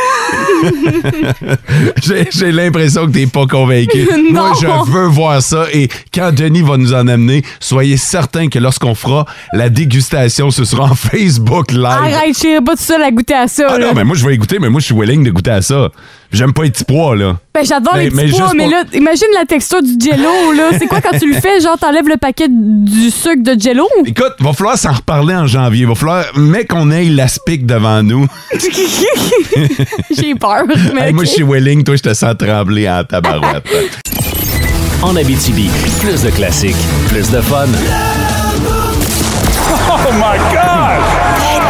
Speaker 3: J'ai- J'ai l'impression que t'es pas convaincu. Moi,
Speaker 13: Non.
Speaker 3: je veux voir ça. Et quand Denis va nous en amener, soyez certain que lorsqu'on fera la dégustation, ce sera en Facebook Live.
Speaker 4: Arrête, je serais pas tout seul à goûter à ça.
Speaker 3: Ah
Speaker 4: là.
Speaker 3: non, mais moi, je vais y goûter, mais moi, je suis willing de goûter à ça. J'aime pas les petits pois, là.
Speaker 4: Ben, j'adore
Speaker 3: Mais-
Speaker 4: les petits
Speaker 3: mais
Speaker 4: pois,
Speaker 3: juste
Speaker 4: mais
Speaker 3: pour-
Speaker 4: là, imagine la texture du jello, là. C'est quoi quand tu le fais? Genre, t'enlèves le paquet du sucre de jello?
Speaker 3: Écoute, va falloir s'en reparler en janvier. Va falloir, mais qu'on ait l'aspic devant nous.
Speaker 4: J'ai peur, mais
Speaker 3: Hey, Moi,
Speaker 4: ok.
Speaker 3: je suis willing. Toi, je te sens trembler en tabarouette.
Speaker 5: En Abitibi, plus de classiques, plus de fun.
Speaker 13: Oh my God!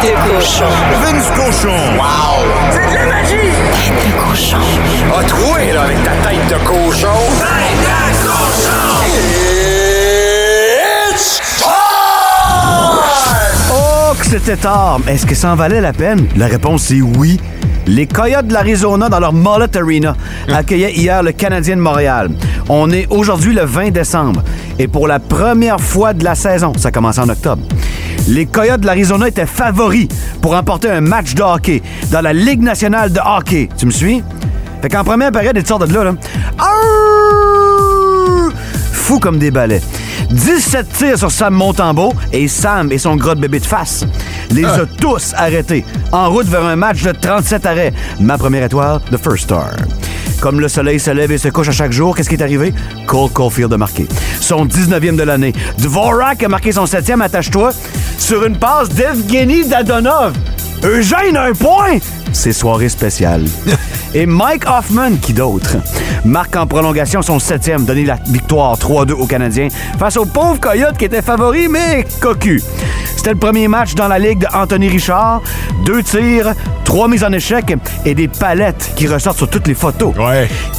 Speaker 13: Tête de cochon. Vince cochon. Wow! C'est de la magie! Ah, Tête de cochon. A troué, là, avec ta tête de cochon. Tête de cochon! It's
Speaker 14: Oh, que c'était tard! Est-ce que ça en valait la peine? La réponse est oui. Les Coyotes de l'Arizona, dans leur Mullet Arena, accueillaient hier le Canadien de Montréal. On est aujourd'hui le 20 décembre. Et pour la première fois de la saison, ça commence en octobre, les Coyotes de l'Arizona étaient favoris pour remporter un match de hockey dans la Ligue nationale de hockey. Tu me suis? Fait qu'en première période, ils sortent de là, là. Arrrr! Fou comme des balais. 17 tirs sur Sam Montembeau et Sam et son gros de bébé de face. Les a tous arrêtés. En route vers un match de 37 arrêts. Ma première étoile, The First Star. Comme le soleil se lève et se couche à chaque jour, qu'est-ce qui est arrivé? Cole Caulfield a marqué. Son 19e de l'année. Dvorak a marqué son 7e, attache-toi, sur une passe d'Evgeny Dadonov. Eugène, un point! C'est soirée spéciale. Et Mike Hoffman, qui d'autre, marque en prolongation son septième, donné la victoire 3-2 aux Canadiens face aux pauvres Coyotes qui étaient favoris, mais cocu. C'était le premier match dans la ligue de Anthony Richard. Deux tirs, trois mises en échec et des palettes qui ressortent sur toutes les photos.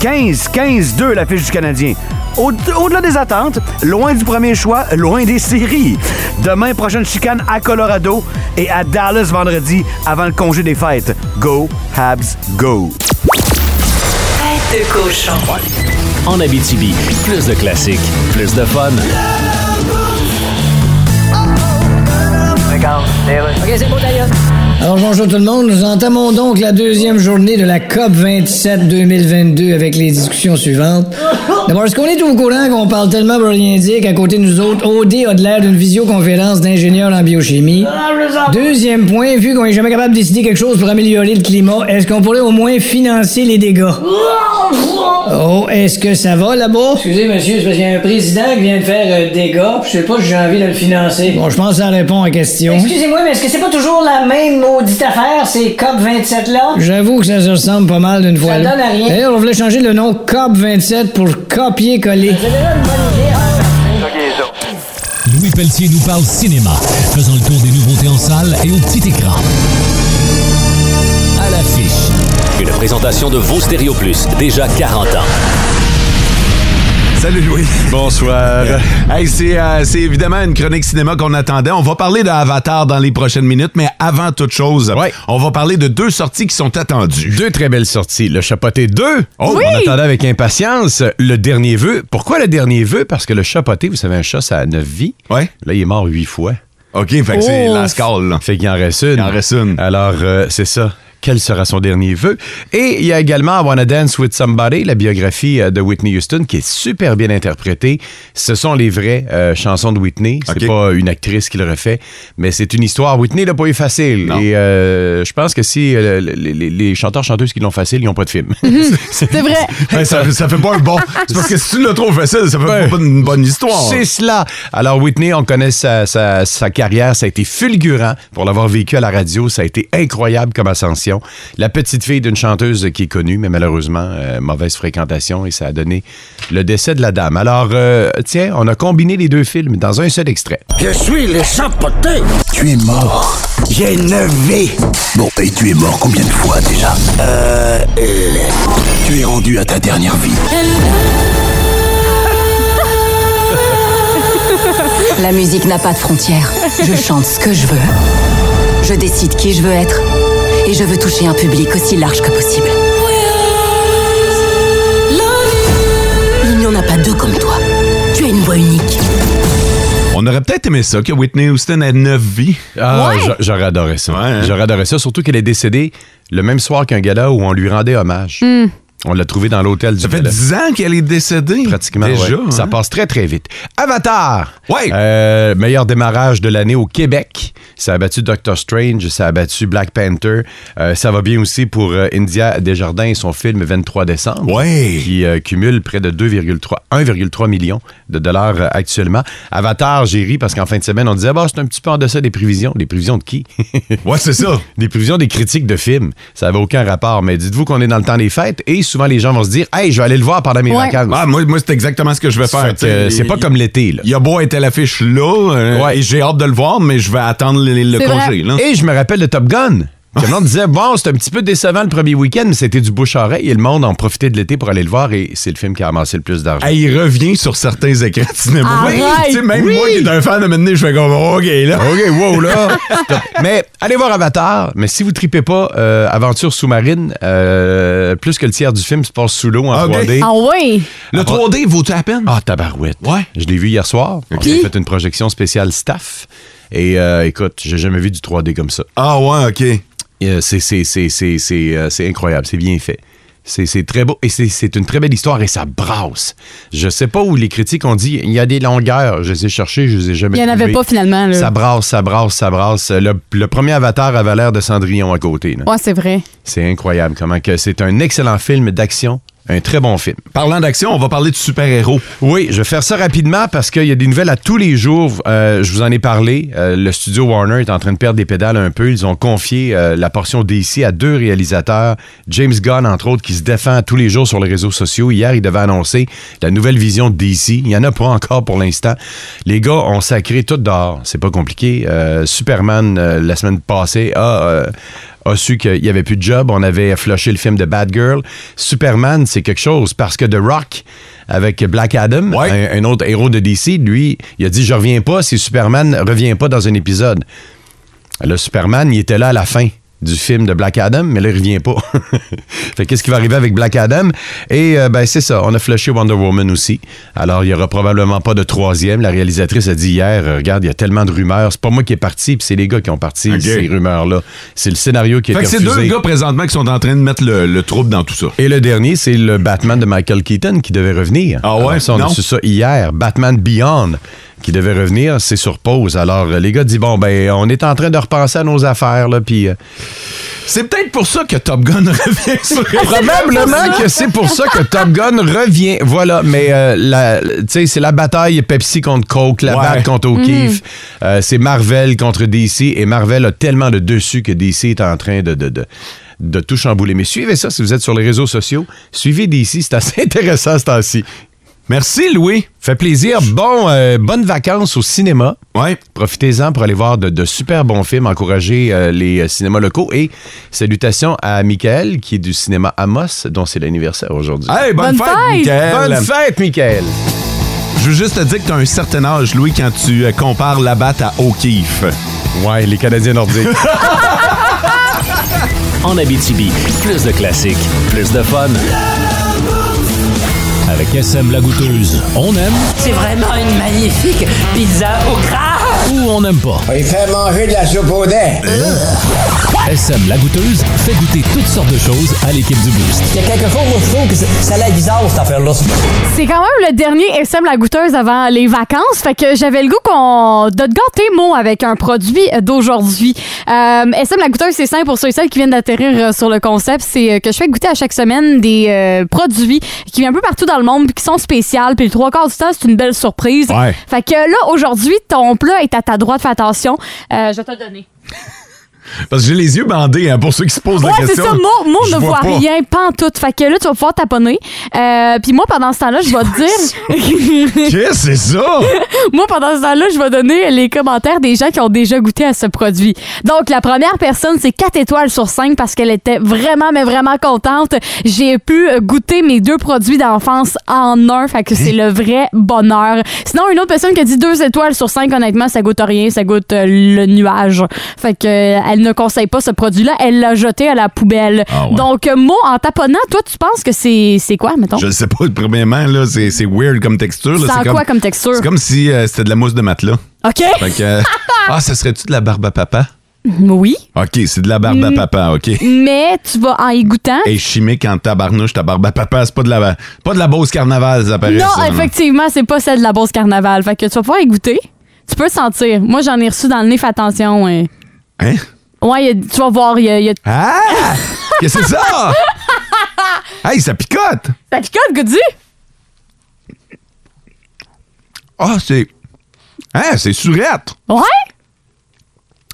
Speaker 14: 15-15-2 la fiche du Canadien. Au- Au-delà des attentes, loin du premier choix, loin des séries. Demain, prochaine chicane à Colorado et à Dallas vendredi avant le congé des fêtes. Go, Habs, go!
Speaker 5: Tête de cochon. En Abitibi, plus de classiques, plus de fun.
Speaker 14: Regarde.
Speaker 10: OK, c'est bon, Alors, bonjour tout le monde. Nous entamons donc la deuxième journée de la COP 27 2022 avec les discussions suivantes. D'abord, est-ce qu'on est au courant qu'on parle tellement pour rien dire qu'à côté de nous autres, OD a de l'air d'une visioconférence d'ingénieurs en biochimie? Deuxième point, vu qu'on est jamais capable de décider quelque chose pour améliorer le climat, est-ce qu'on pourrait au moins financer les dégâts? Oh, est-ce que ça va là-bas? Excusez, monsieur, c'est parce qu'il y a un président qui vient de faire euh, des gars, puis je sais pas si j'ai envie de le financer. Bon, je pense que ça répond à la question.
Speaker 6: Excusez-moi, mais est-ce que c'est pas toujours la même maudite affaire, ces COP27-là?
Speaker 10: J'avoue que ça se ressemble pas mal d'une fois. là.
Speaker 6: donne à rien.
Speaker 10: D'ailleurs, on voulait changer le nom COP27 pour copier-coller.
Speaker 5: Louis Pelletier nous parle cinéma, faisant le tour des nouveautés en salle et au petit écran. À l'affiche.
Speaker 2: Une présentation de vos Stéréo Plus, déjà 40 ans.
Speaker 3: Salut Louis. Bonsoir. Hey, c'est euh, c'est évidemment une chronique cinéma qu'on attendait. On va parler d'Avatar dans les prochaines minutes, mais avant toute chose, on va parler de deux sorties qui sont attendues.
Speaker 15: Deux très belles sorties. Le Chapoté 2,
Speaker 3: Oh! Oui!
Speaker 15: on attendait avec impatience. Le Dernier Vœu. Pourquoi le Dernier Vœu? Parce que le Chapoté, vous savez, un chat, ça a neuf vies. Là, il est mort huit fois.
Speaker 3: OK, fait que c'est Oh! la score,
Speaker 15: Fait qu'il en reste une. Il en reste une. Alors, euh, c'est ça. Quel sera son dernier vœu? Et il y a également I Wanna Dance with Somebody, la biographie euh, de Whitney Houston, qui est super bien interprétée. Ce sont les vraies euh, chansons de Whitney. C'est pas une actrice qui le refait, mais c'est une histoire. Whitney l'a pas eu facile. Et euh, je pense que si euh, les, les- les chanteurs-chanteuses qui l'ont facile, ils n'ont pas de film.
Speaker 13: Mhm.
Speaker 4: C'est vrai.
Speaker 3: Ben, ça, ça fait pas un bon. C'est parce que si tu l'as trop facile, ça fait pas une bonne histoire.
Speaker 15: C'est cela. Alors, Whitney, on connaît sa, sa- sa carrière. Ça a été fulgurant pour l'avoir vécu à la radio. Ça a été incroyable comme ascension. La petite fille d'une chanteuse qui est connue, mais malheureusement, euh, mauvaise fréquentation et ça a donné le décès de la dame. Alors, euh, tiens, on a combiné les deux films dans un seul extrait.
Speaker 13: Je suis le chapoté. Tu es mort. J'ai 9 V. Bon, et tu es mort combien de fois déjà Euh. euh, Tu es rendu à ta dernière vie.
Speaker 16: La musique n'a pas de frontières. Je chante ce que je veux. Je décide qui je veux être. Et je veux toucher un public aussi large que possible. Il n'y en a pas deux comme toi. Tu as une voix unique.
Speaker 3: On aurait peut-être aimé ça, que Whitney Houston ait neuf vies. hein.
Speaker 15: Ah, j'a- j'aurais adoré ça. J'aurais adoré ça, surtout qu'elle est décédée le même soir qu'un gala où on lui rendait hommage. On l'a trouvé dans l'hôtel du Ça fait
Speaker 3: 10 ans qu'elle est décédée.
Speaker 15: Pratiquement,
Speaker 3: Déjà,
Speaker 15: ouais.
Speaker 3: hein?
Speaker 15: Ça passe très, très vite. Avatar! Ouais! meilleur démarrage de l'année au Québec. Ça a battu Doctor Strange, ça a battu Black Panther. Euh, ça va bien aussi pour euh, India Desjardins et son film 23 décembre. Qui euh, cumule près de 2,3 1,3 million de dollars euh, actuellement. Avatar, j'ai ri parce qu'en fin de semaine, on disait, bah, c'est un petit peu en deçà des prévisions. Des prévisions de qui?
Speaker 3: ouais, c'est ça.
Speaker 15: Des prévisions des critiques de films. Ça avait aucun rapport. Mais dites-vous qu'on est dans le temps des fêtes et souvent les gens vont se dire, hey, je vais aller le voir pendant mes
Speaker 3: Ouais.
Speaker 15: vacances.
Speaker 3: Ah, moi, moi c'est exactement ce que je vais
Speaker 15: Fait
Speaker 3: faire.
Speaker 15: que, euh, c'est pas comme l'été.
Speaker 3: Il y a beau être à l'affiche là, euh, et j'ai hâte de le voir, mais je vais attendre le, le
Speaker 15: C'est
Speaker 3: congé.
Speaker 15: vrai.
Speaker 3: là.
Speaker 15: Et je me rappelle de Top Gun. Que le monde disait, bon, c'était un petit peu décevant le premier week-end, mais c'était du bouche-oreille et le monde en profitait de l'été pour aller le voir et c'est le film qui a amassé le plus d'argent.
Speaker 3: Hey, il revient sur certains écrans de cinéma.
Speaker 15: Arrête!
Speaker 3: Tu sais, même
Speaker 15: Oui!
Speaker 3: moi qui est un fan de maintenant, je fais comme oh, OK là.
Speaker 15: OK, wow, là. mais allez voir Avatar, mais si vous tripez pas euh, Aventure sous-marine, euh, plus que le tiers du film se passe sous l'eau en 3D.
Speaker 4: Ah oui.
Speaker 15: Le 3D vaut-il la peine? Ah, tabarouette. Ouais. Je l'ai vu hier soir. On
Speaker 4: Puis?
Speaker 15: s'est fait une projection spéciale staff. Et euh, écoute, j'ai jamais vu du 3D comme ça. euh,
Speaker 3: Ah ouais, OK.
Speaker 15: c'est c'est- c'est- c'est- c'est, euh, c'est incroyable. C'est bien fait. C'est c'est très beau. Et c'est- c'est une très belle histoire et ça brasse. Je sais pas où les critiques ont dit il y a des longueurs. Je les ai cherchées, je les ai jamais
Speaker 4: Il y en avait
Speaker 15: trouvées.
Speaker 4: pas finalement. là.
Speaker 15: Ça brasse, ça brasse, ça brasse. Le, le premier avatar avait l'air de Cendrillon à côté. là.
Speaker 4: Ouais, c'est vrai.
Speaker 15: C'est incroyable comment que c'est un excellent film d'action. Un très bon film.
Speaker 3: Parlant d'action, on va parler de super-héros.
Speaker 15: Oui, je vais faire ça rapidement parce qu'il y a des nouvelles à tous les jours. Euh, je vous en ai parlé. Euh, le studio Warner est en train de perdre des pédales un peu. Ils ont confié euh, la portion DC à deux réalisateurs. James Gunn, entre autres, qui se défend tous les jours sur les réseaux sociaux. Hier, il devait annoncer la nouvelle vision de DC. Il n'y en a pas encore pour l'instant. Les gars ont sacré tout dehors. C'est pas compliqué. Euh, Superman, euh, la semaine passée, a... euh, a su qu'il n'y avait plus de job. On avait flushé le film de Bad Girl. Superman, c'est quelque chose parce que The Rock, avec Black Adam, un, un autre héros de DC, lui, il a dit Je reviens pas si Superman revient pas dans un épisode. Le Superman, il était là à la fin. du film de Black Adam, mais là, il revient pas. fait qu'est-ce qui va arriver avec Black Adam? Et euh, ben, c'est ça, on a flushé Wonder Woman aussi. Alors, il y aura probablement pas de troisième. La réalisatrice a dit hier, euh, regarde, il y a tellement de rumeurs. C'est pas moi qui est parti, puis c'est les gars qui ont parti
Speaker 3: Ok.
Speaker 15: ces rumeurs-là. C'est le scénario qui a
Speaker 3: Fait que
Speaker 15: été
Speaker 3: c'est deux
Speaker 15: refusé.
Speaker 3: gars présentement qui sont en train de mettre le, le trouble dans tout ça.
Speaker 15: Et le dernier, c'est le Batman de Michael Keaton qui devait revenir. Ah ouais? on
Speaker 3: Non.
Speaker 15: a su ça hier. Batman Beyond qui devait revenir, c'est sur pause. Alors, euh, les gars disent, bon, ben, on est en train de repenser à nos affaires, là, puis... euh,
Speaker 3: C'est peut-être pour ça que Top Gun revient sur
Speaker 15: Probablement que c'est pour ça que Top Gun revient. Voilà, mais euh, la- tu sais, c'est la bataille Pepsi contre Coke, la
Speaker 3: Ouais. Mhm.
Speaker 15: batte contre O'Keefe. Euh, c'est Marvel contre DC et Marvel a tellement de dessus que DC est en train de, de, de, de tout chambouler. Mais suivez ça si vous êtes sur les réseaux sociaux. Suivez DC, c'est assez intéressant ce temps-ci.
Speaker 3: Merci, Louis.
Speaker 15: Fait plaisir. Bon, euh, bonnes vacances au cinéma.
Speaker 3: Ouais.
Speaker 15: Profitez-en pour aller voir de, de super bons films, encourager euh, les euh, cinémas locaux. Et salutations à Michael, qui est du cinéma Amos, dont c'est l'anniversaire aujourd'hui.
Speaker 3: Hey, bonne, fête, Michael.
Speaker 15: Bonne fête, Michael.
Speaker 3: Je veux juste te dire que tu as un certain âge, Louis, quand tu euh, compares la batte à O'Keefe.
Speaker 15: Ouais, les Canadiens nordiques.
Speaker 5: En Abitibi, plus de classiques, plus de fun. Avec SM la goûteuse, on aime
Speaker 1: C'est vraiment une magnifique pizza au gras.
Speaker 5: ou on n'aime pas.
Speaker 13: Il fait manger de la soupe au dent.
Speaker 2: Euh.
Speaker 5: SM la goûteuse fait goûter toutes sortes de choses à l'équipe du Boost.
Speaker 17: Il y a quelques fois où je trouve que c'est- ça a l'air bizarre, cette affaire-là.
Speaker 4: C'est quand même le dernier SM La Goûteuse avant les vacances. Fait que j'avais le goût qu'on de te gâter mot avec un produit d'aujourd'hui. Euh, SM La Goûteuse, c'est simple pour ceux et celles qui viennent d'atterrir euh, sur le concept. C'est euh, que je fais goûter à chaque semaine des euh, produits qui viennent un peu partout dans le monde puis qui sont spéciales. Puis le trois quarts du temps, c'est une belle surprise.
Speaker 13: Ouais.
Speaker 4: Fait que là, aujourd'hui, ton plat est à ta droite. Fais attention. Euh, je vais te le donner.
Speaker 3: Parce que j'ai les yeux bandés hein, pour ceux qui se posent
Speaker 4: Ouais,
Speaker 3: la
Speaker 4: c'est
Speaker 3: question.
Speaker 4: ça. Moi, moi on
Speaker 3: Je
Speaker 4: ne voit
Speaker 3: vois pas.
Speaker 4: rien, pas en tout. Fait que là, tu vas pouvoir taponner. Euh, Puis moi, pendant ce temps-là, je vais te dire.
Speaker 3: Qu'est-ce que c'est ça?
Speaker 4: moi, pendant ce temps-là, je vais donner les commentaires des gens qui ont déjà goûté à ce produit. Donc, la première personne, c'est 4 étoiles sur 5 parce qu'elle était vraiment, mais vraiment contente. J'ai pu euh, goûter mes deux produits d'enfance en un. Fait que c'est
Speaker 3: Hein?
Speaker 4: le vrai bonheur. Sinon, une autre personne qui a dit 2 étoiles sur 5, honnêtement, ça goûte rien. Ça goûte euh, le nuage. Fait que euh, elle ne conseille pas ce produit-là. Elle l'a jeté à la poubelle.
Speaker 3: Ah
Speaker 4: Donc, euh, moi, en taponnant, toi, tu penses que c'est c'est quoi, mettons?
Speaker 3: Je le sais pas, premièrement, là, c'est c'est weird comme texture. là.
Speaker 4: Ça a
Speaker 3: C'est
Speaker 4: quoi comme texture?
Speaker 3: C'est comme si euh, c'était de la mousse de matelas.
Speaker 4: OK.
Speaker 3: Fait que, euh, ah, ça serait-tu de la barbe à papa?
Speaker 4: Oui.
Speaker 3: OK, c'est de la barbe à
Speaker 4: Mm. Hein?
Speaker 3: papa, OK.
Speaker 4: Mais tu vas en y goûtant.
Speaker 3: Et chimique en tabarnouche, ta barbe à papa, c'est pas de la, pas de la Beauce Carnaval, ça paraît.
Speaker 4: Non,
Speaker 3: ça,
Speaker 4: effectivement, c'est pas celle de la Beauce Carnaval. Fait que tu vas pouvoir y goûter. Tu peux sentir. Moi, j'en ai reçu dans le nez, fais attention. hein.
Speaker 3: Hein?
Speaker 4: Ouais, y a- tu vas voir, il y a. y a-
Speaker 3: Ah! Qu'est-ce que c'est ça? hey, ça picote!
Speaker 4: Ça picote, goûte-y!
Speaker 3: Ah, c'est. Hein, c'est surette!
Speaker 4: Ouais?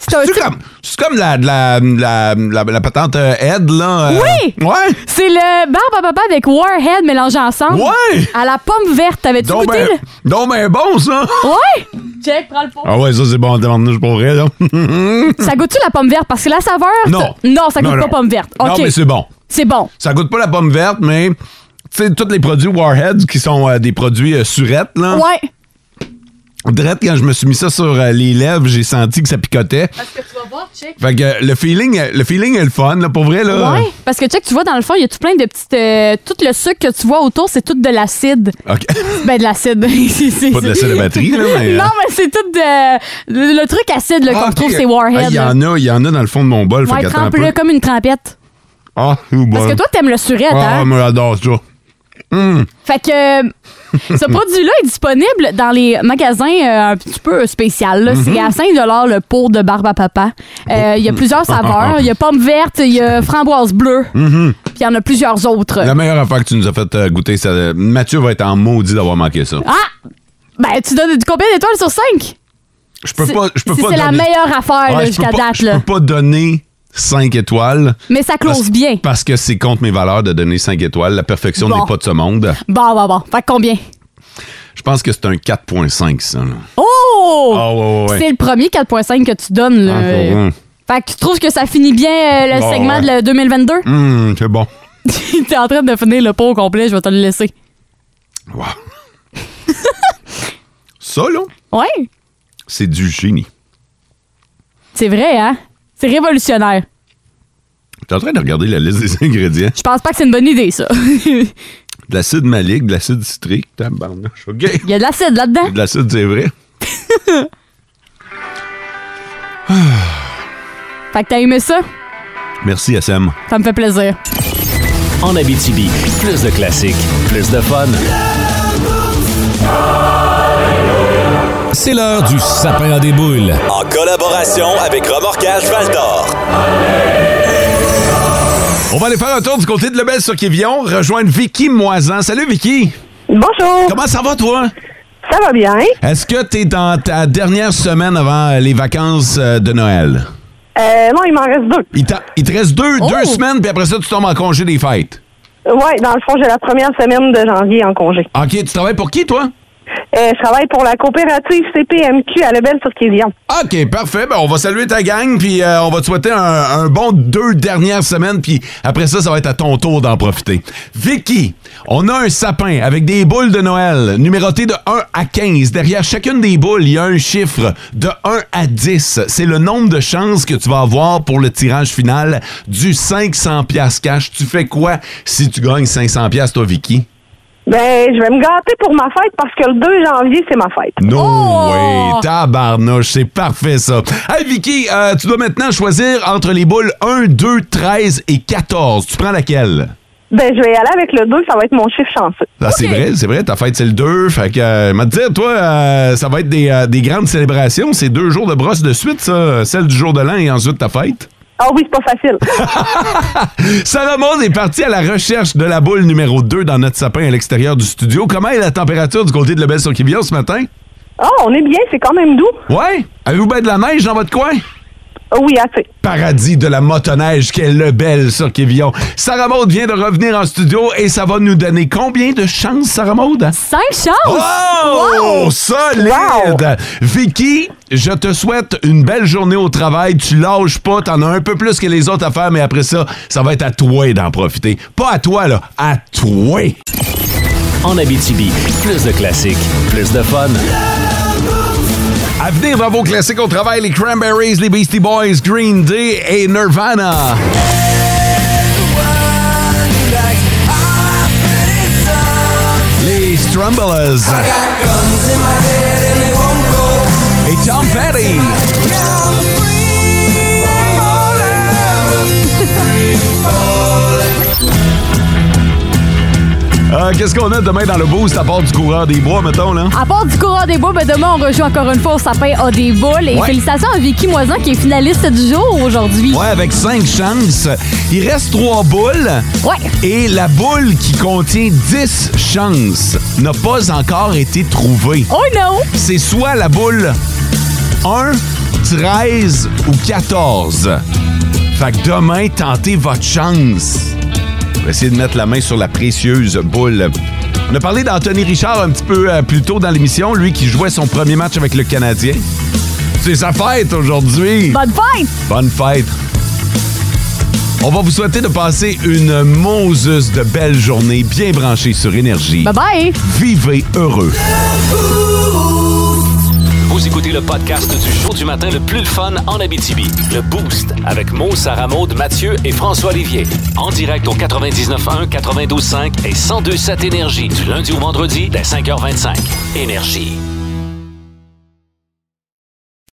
Speaker 3: C'est comme, c'est comme la, la, la, la, la patente euh, Ed, là. euh,
Speaker 4: Oui!
Speaker 3: Ouais!
Speaker 4: C'est le barbe à papa avec Warhead mélangé ensemble.
Speaker 3: Ouais!
Speaker 4: À la pomme verte, t'avais-tu
Speaker 3: Donc,
Speaker 4: goûté?
Speaker 3: ben,
Speaker 4: là?
Speaker 3: donc ben bon, ça!
Speaker 4: Ouais! Check, prends le pot.
Speaker 3: Ah ouais, ça, c'est bon, demande-nous pour vrai, là.
Speaker 4: Ça goûte-tu la pomme verte? Parce que la saveur.
Speaker 3: Non.
Speaker 4: t- Non, ça goûte
Speaker 3: Non,
Speaker 4: pas
Speaker 3: non.
Speaker 4: pomme verte.
Speaker 3: Non,
Speaker 4: OK.
Speaker 3: mais c'est bon.
Speaker 4: C'est bon.
Speaker 3: Ça goûte pas la pomme verte, mais. Tu sais, tous les produits Warheads qui sont euh, des produits euh, surettes, là.
Speaker 4: Ouais.
Speaker 3: Drette, quand je me suis mis ça sur euh, les lèvres, j'ai senti que ça picotait.
Speaker 4: Parce que tu vas voir, check.
Speaker 3: Fait que euh, le feeling, euh, le feeling est le fun, là, pour vrai, là.
Speaker 4: Ouais, parce que check, tu vois, dans le fond, il y a tout plein de petites. euh, tout le sucre que tu vois autour, c'est tout de l'acide.
Speaker 3: OK.
Speaker 4: Ben, de l'acide. C'est- c'est-
Speaker 3: Pas de l'acide à batterie, là, mais, euh.
Speaker 4: Non, mais c'est tout de. Le, le truc acide là, qu'on
Speaker 3: Ah, ok.
Speaker 4: trouve, c'est
Speaker 3: Ah,
Speaker 4: Warhead.
Speaker 3: Il y
Speaker 4: là.
Speaker 3: en a, il y en a dans le fond de mon bol, fait
Speaker 4: Ouais,
Speaker 3: qu'attends un peu.
Speaker 4: trempe-le comme une trempette.
Speaker 3: Ah, ou
Speaker 4: Parce que toi, t'aimes le surette,
Speaker 3: Ah,
Speaker 4: hein?
Speaker 3: moi, j'adore ça. Hum.
Speaker 4: Fait que euh, ce produit-là est disponible dans les magasins euh, un petit peu spécial. là. C'est
Speaker 3: Mm-hmm.
Speaker 4: à 5 le pot de barbe à papa.
Speaker 3: Oh.
Speaker 4: Euh, Il y a plusieurs saveurs. Il y a pomme verte, il y a framboise bleue,
Speaker 3: Mhm.
Speaker 4: puis il y en a plusieurs autres.
Speaker 3: La meilleure affaire que tu nous as fait euh, goûter, ça, euh, Mathieu va être en maudit d'avoir manqué ça.
Speaker 4: Ah! Ben, tu donnes combien d'étoiles sur 5?
Speaker 3: je peux
Speaker 4: c'est-
Speaker 3: pas, je peux
Speaker 4: c'est-
Speaker 3: pas
Speaker 4: c'est la
Speaker 3: donner-
Speaker 4: meilleure affaire, là,
Speaker 3: je peux
Speaker 4: jusqu'à
Speaker 3: pas-
Speaker 4: date,
Speaker 3: Je
Speaker 4: là.
Speaker 3: peux pas donner 5 étoiles.
Speaker 4: Mais ça close
Speaker 3: Parce-
Speaker 4: bien.
Speaker 3: Parce que c'est contre mes valeurs de donner 5 étoiles. La perfection
Speaker 4: Bon.
Speaker 3: n'est pas de ce monde.
Speaker 4: Bon, bon, bon. Fait que combien?
Speaker 3: Je pense que c'est un 4.5, ça. là.
Speaker 4: Oh!
Speaker 3: Ah, ouais, ouais, ouais.
Speaker 4: C'est le euh, premier 4.5 que tu donnes. là.
Speaker 3: Ah, c'est bon.
Speaker 4: Fait que tu trouves que ça finit bien euh, le
Speaker 3: Bon,
Speaker 4: segment
Speaker 3: ouais.
Speaker 4: de le 2022?
Speaker 3: Hum, c'est bon.
Speaker 4: T'es en train de finir le pot au complet, je vais te le laisser.
Speaker 3: Ça, là,
Speaker 4: Ouais,
Speaker 3: c'est du génie.
Speaker 4: c'est vrai, hein? C'est révolutionnaire.
Speaker 3: T'es en train de regarder la liste des ingrédients.
Speaker 4: Je pense pas que c'est une bonne idée, ça. Il
Speaker 3: De l'acide malique, de l'acide citrique, tabarnouche, OK.
Speaker 4: y a de l'acide là-dedans.
Speaker 3: De l'acide, c'est vrai. Ah.
Speaker 4: Fait que t'as aimé ça?
Speaker 3: Merci, SM.
Speaker 4: Ça me fait plaisir.
Speaker 5: En Abitibi, plus de classiques, plus de fun. C'est l'heure du sapin à des boules.
Speaker 18: En collaboration avec Remorquage Valdor.
Speaker 3: On va aller faire un tour du côté de Lebel sur Quévillon, rejoindre Vicky Moisan. Salut, Vicky. Bonjour. Comment ça va, toi?
Speaker 19: Ça va bien.
Speaker 3: Est-ce que t'es dans ta dernière semaine avant euh, les vacances euh, de Noël?
Speaker 19: Euh, non, il m'en reste deux.
Speaker 3: Il, t'a- il te reste deux, deux semaines, puis après ça, tu tombes en congé des fêtes.
Speaker 19: Ouais, dans le fond, j'ai la première semaine de janvier en congé.
Speaker 3: OK, tu travailles pour qui, toi?
Speaker 19: Euh, je travaille pour la coopérative CPMQ à Lebel sur Quévillon.
Speaker 3: OK, parfait. Ben, on va saluer ta gang, puis euh, on va te souhaiter un, un bon deux dernières semaines, puis après ça, ça va être à ton tour d'en profiter. Vicky, on a un sapin avec des boules de Noël, numérotées de 1 à 15. Derrière chacune des boules, il y a un chiffre de 1 à 10. C'est le nombre de chances que tu vas avoir pour le tirage final du 500 pièces cash. Tu fais quoi si tu gagnes 500 pièces toi, Vicky?
Speaker 19: Ben, je vais me gâter pour ma fête parce que le 2 janvier, c'est ma fête.
Speaker 3: No way! Oh, Tabarnouche, c'est parfait ça. Hey Vicky, euh, tu dois maintenant choisir entre les boules 1, 2, 13 et 14. Tu prends laquelle?
Speaker 19: Ben, je vais y aller avec le 2, ça va être mon chiffre chanceux.
Speaker 3: Ah, C'est vrai, c'est vrai, ta fête c'est le 2. Fait que, euh, m'a dit, toi, euh, ça va être des, euh, des grandes célébrations. C'est deux jours de brosse de suite, ça. euh, Celle du jour de l'an et ensuite ta fête.
Speaker 19: Ah oui, c'est pas facile.
Speaker 3: Sarah Maud est partie à la recherche de la boule numéro 2 dans notre sapin à l'extérieur du studio. Comment est la température du côté de Lebel sur Québec ce matin?
Speaker 19: Oh, on est bien, c'est quand même doux.
Speaker 3: Ouais? Avez-vous bien de la neige dans votre coin?
Speaker 19: Oui, assez.
Speaker 3: Paradis de la motoneige, quelle Lebel sur Quévillon. Sarah Maud vient de revenir en studio et ça va nous donner combien de chances, Sarah Maud? hein?
Speaker 4: Cinq chances!
Speaker 3: Oh!
Speaker 4: Wow!
Speaker 3: Solide!
Speaker 4: Wow!
Speaker 3: Vicky, je te souhaite une belle journée au travail. Tu lâches pas, t'en as un peu plus que les autres à faire, mais après ça, ça va être à toi d'en profiter. Pas à toi, là, à toi!
Speaker 5: En Abitibi, plus de classiques, plus de fun.
Speaker 3: À venir dans vos classiques au travail, les Cranberries, les Beastie Boys, Green Day et Nirvana. Les Strumbelers. Et Tom Petty. Euh, Qu'est-ce qu'on a demain dans le boost à part du coureur des bois, mettons, là?
Speaker 4: À part du courant des boules, ben demain, on rejoue encore une fois au sapin à des boules. Et
Speaker 3: Ouais.
Speaker 4: félicitations à Vicky Moisan qui est finaliste du jour aujourd'hui.
Speaker 3: Ouais, avec cinq chances. Il reste trois boules.
Speaker 4: Ouais.
Speaker 3: Et la boule qui contient 10 chances n'a pas encore été trouvée.
Speaker 4: Oh non!
Speaker 3: C'est soit la boule 1, 13 ou 14. Fait que demain, tentez votre chance. On va essayer de mettre la main sur la précieuse boule. On a parlé d'Anthony Richard un petit peu euh, plus tôt dans l'émission, lui qui jouait son premier match avec le Canadien. C'est sa fête aujourd'hui.
Speaker 4: Bonne fête!
Speaker 3: Bonne fête. On va vous souhaiter de passer une Moses de belle journée, bien branchée sur énergie.
Speaker 4: Bye bye!
Speaker 3: Vivez heureux.
Speaker 2: Vous écoutez le podcast du show du matin le plus fun en Abitibi. Le Boost avec Mo, Sarah Maud, Mathieu et François Olivier. En direct au 99.1, 92.5 et 102.7 Énergie du lundi au vendredi dès 5h25. Énergie.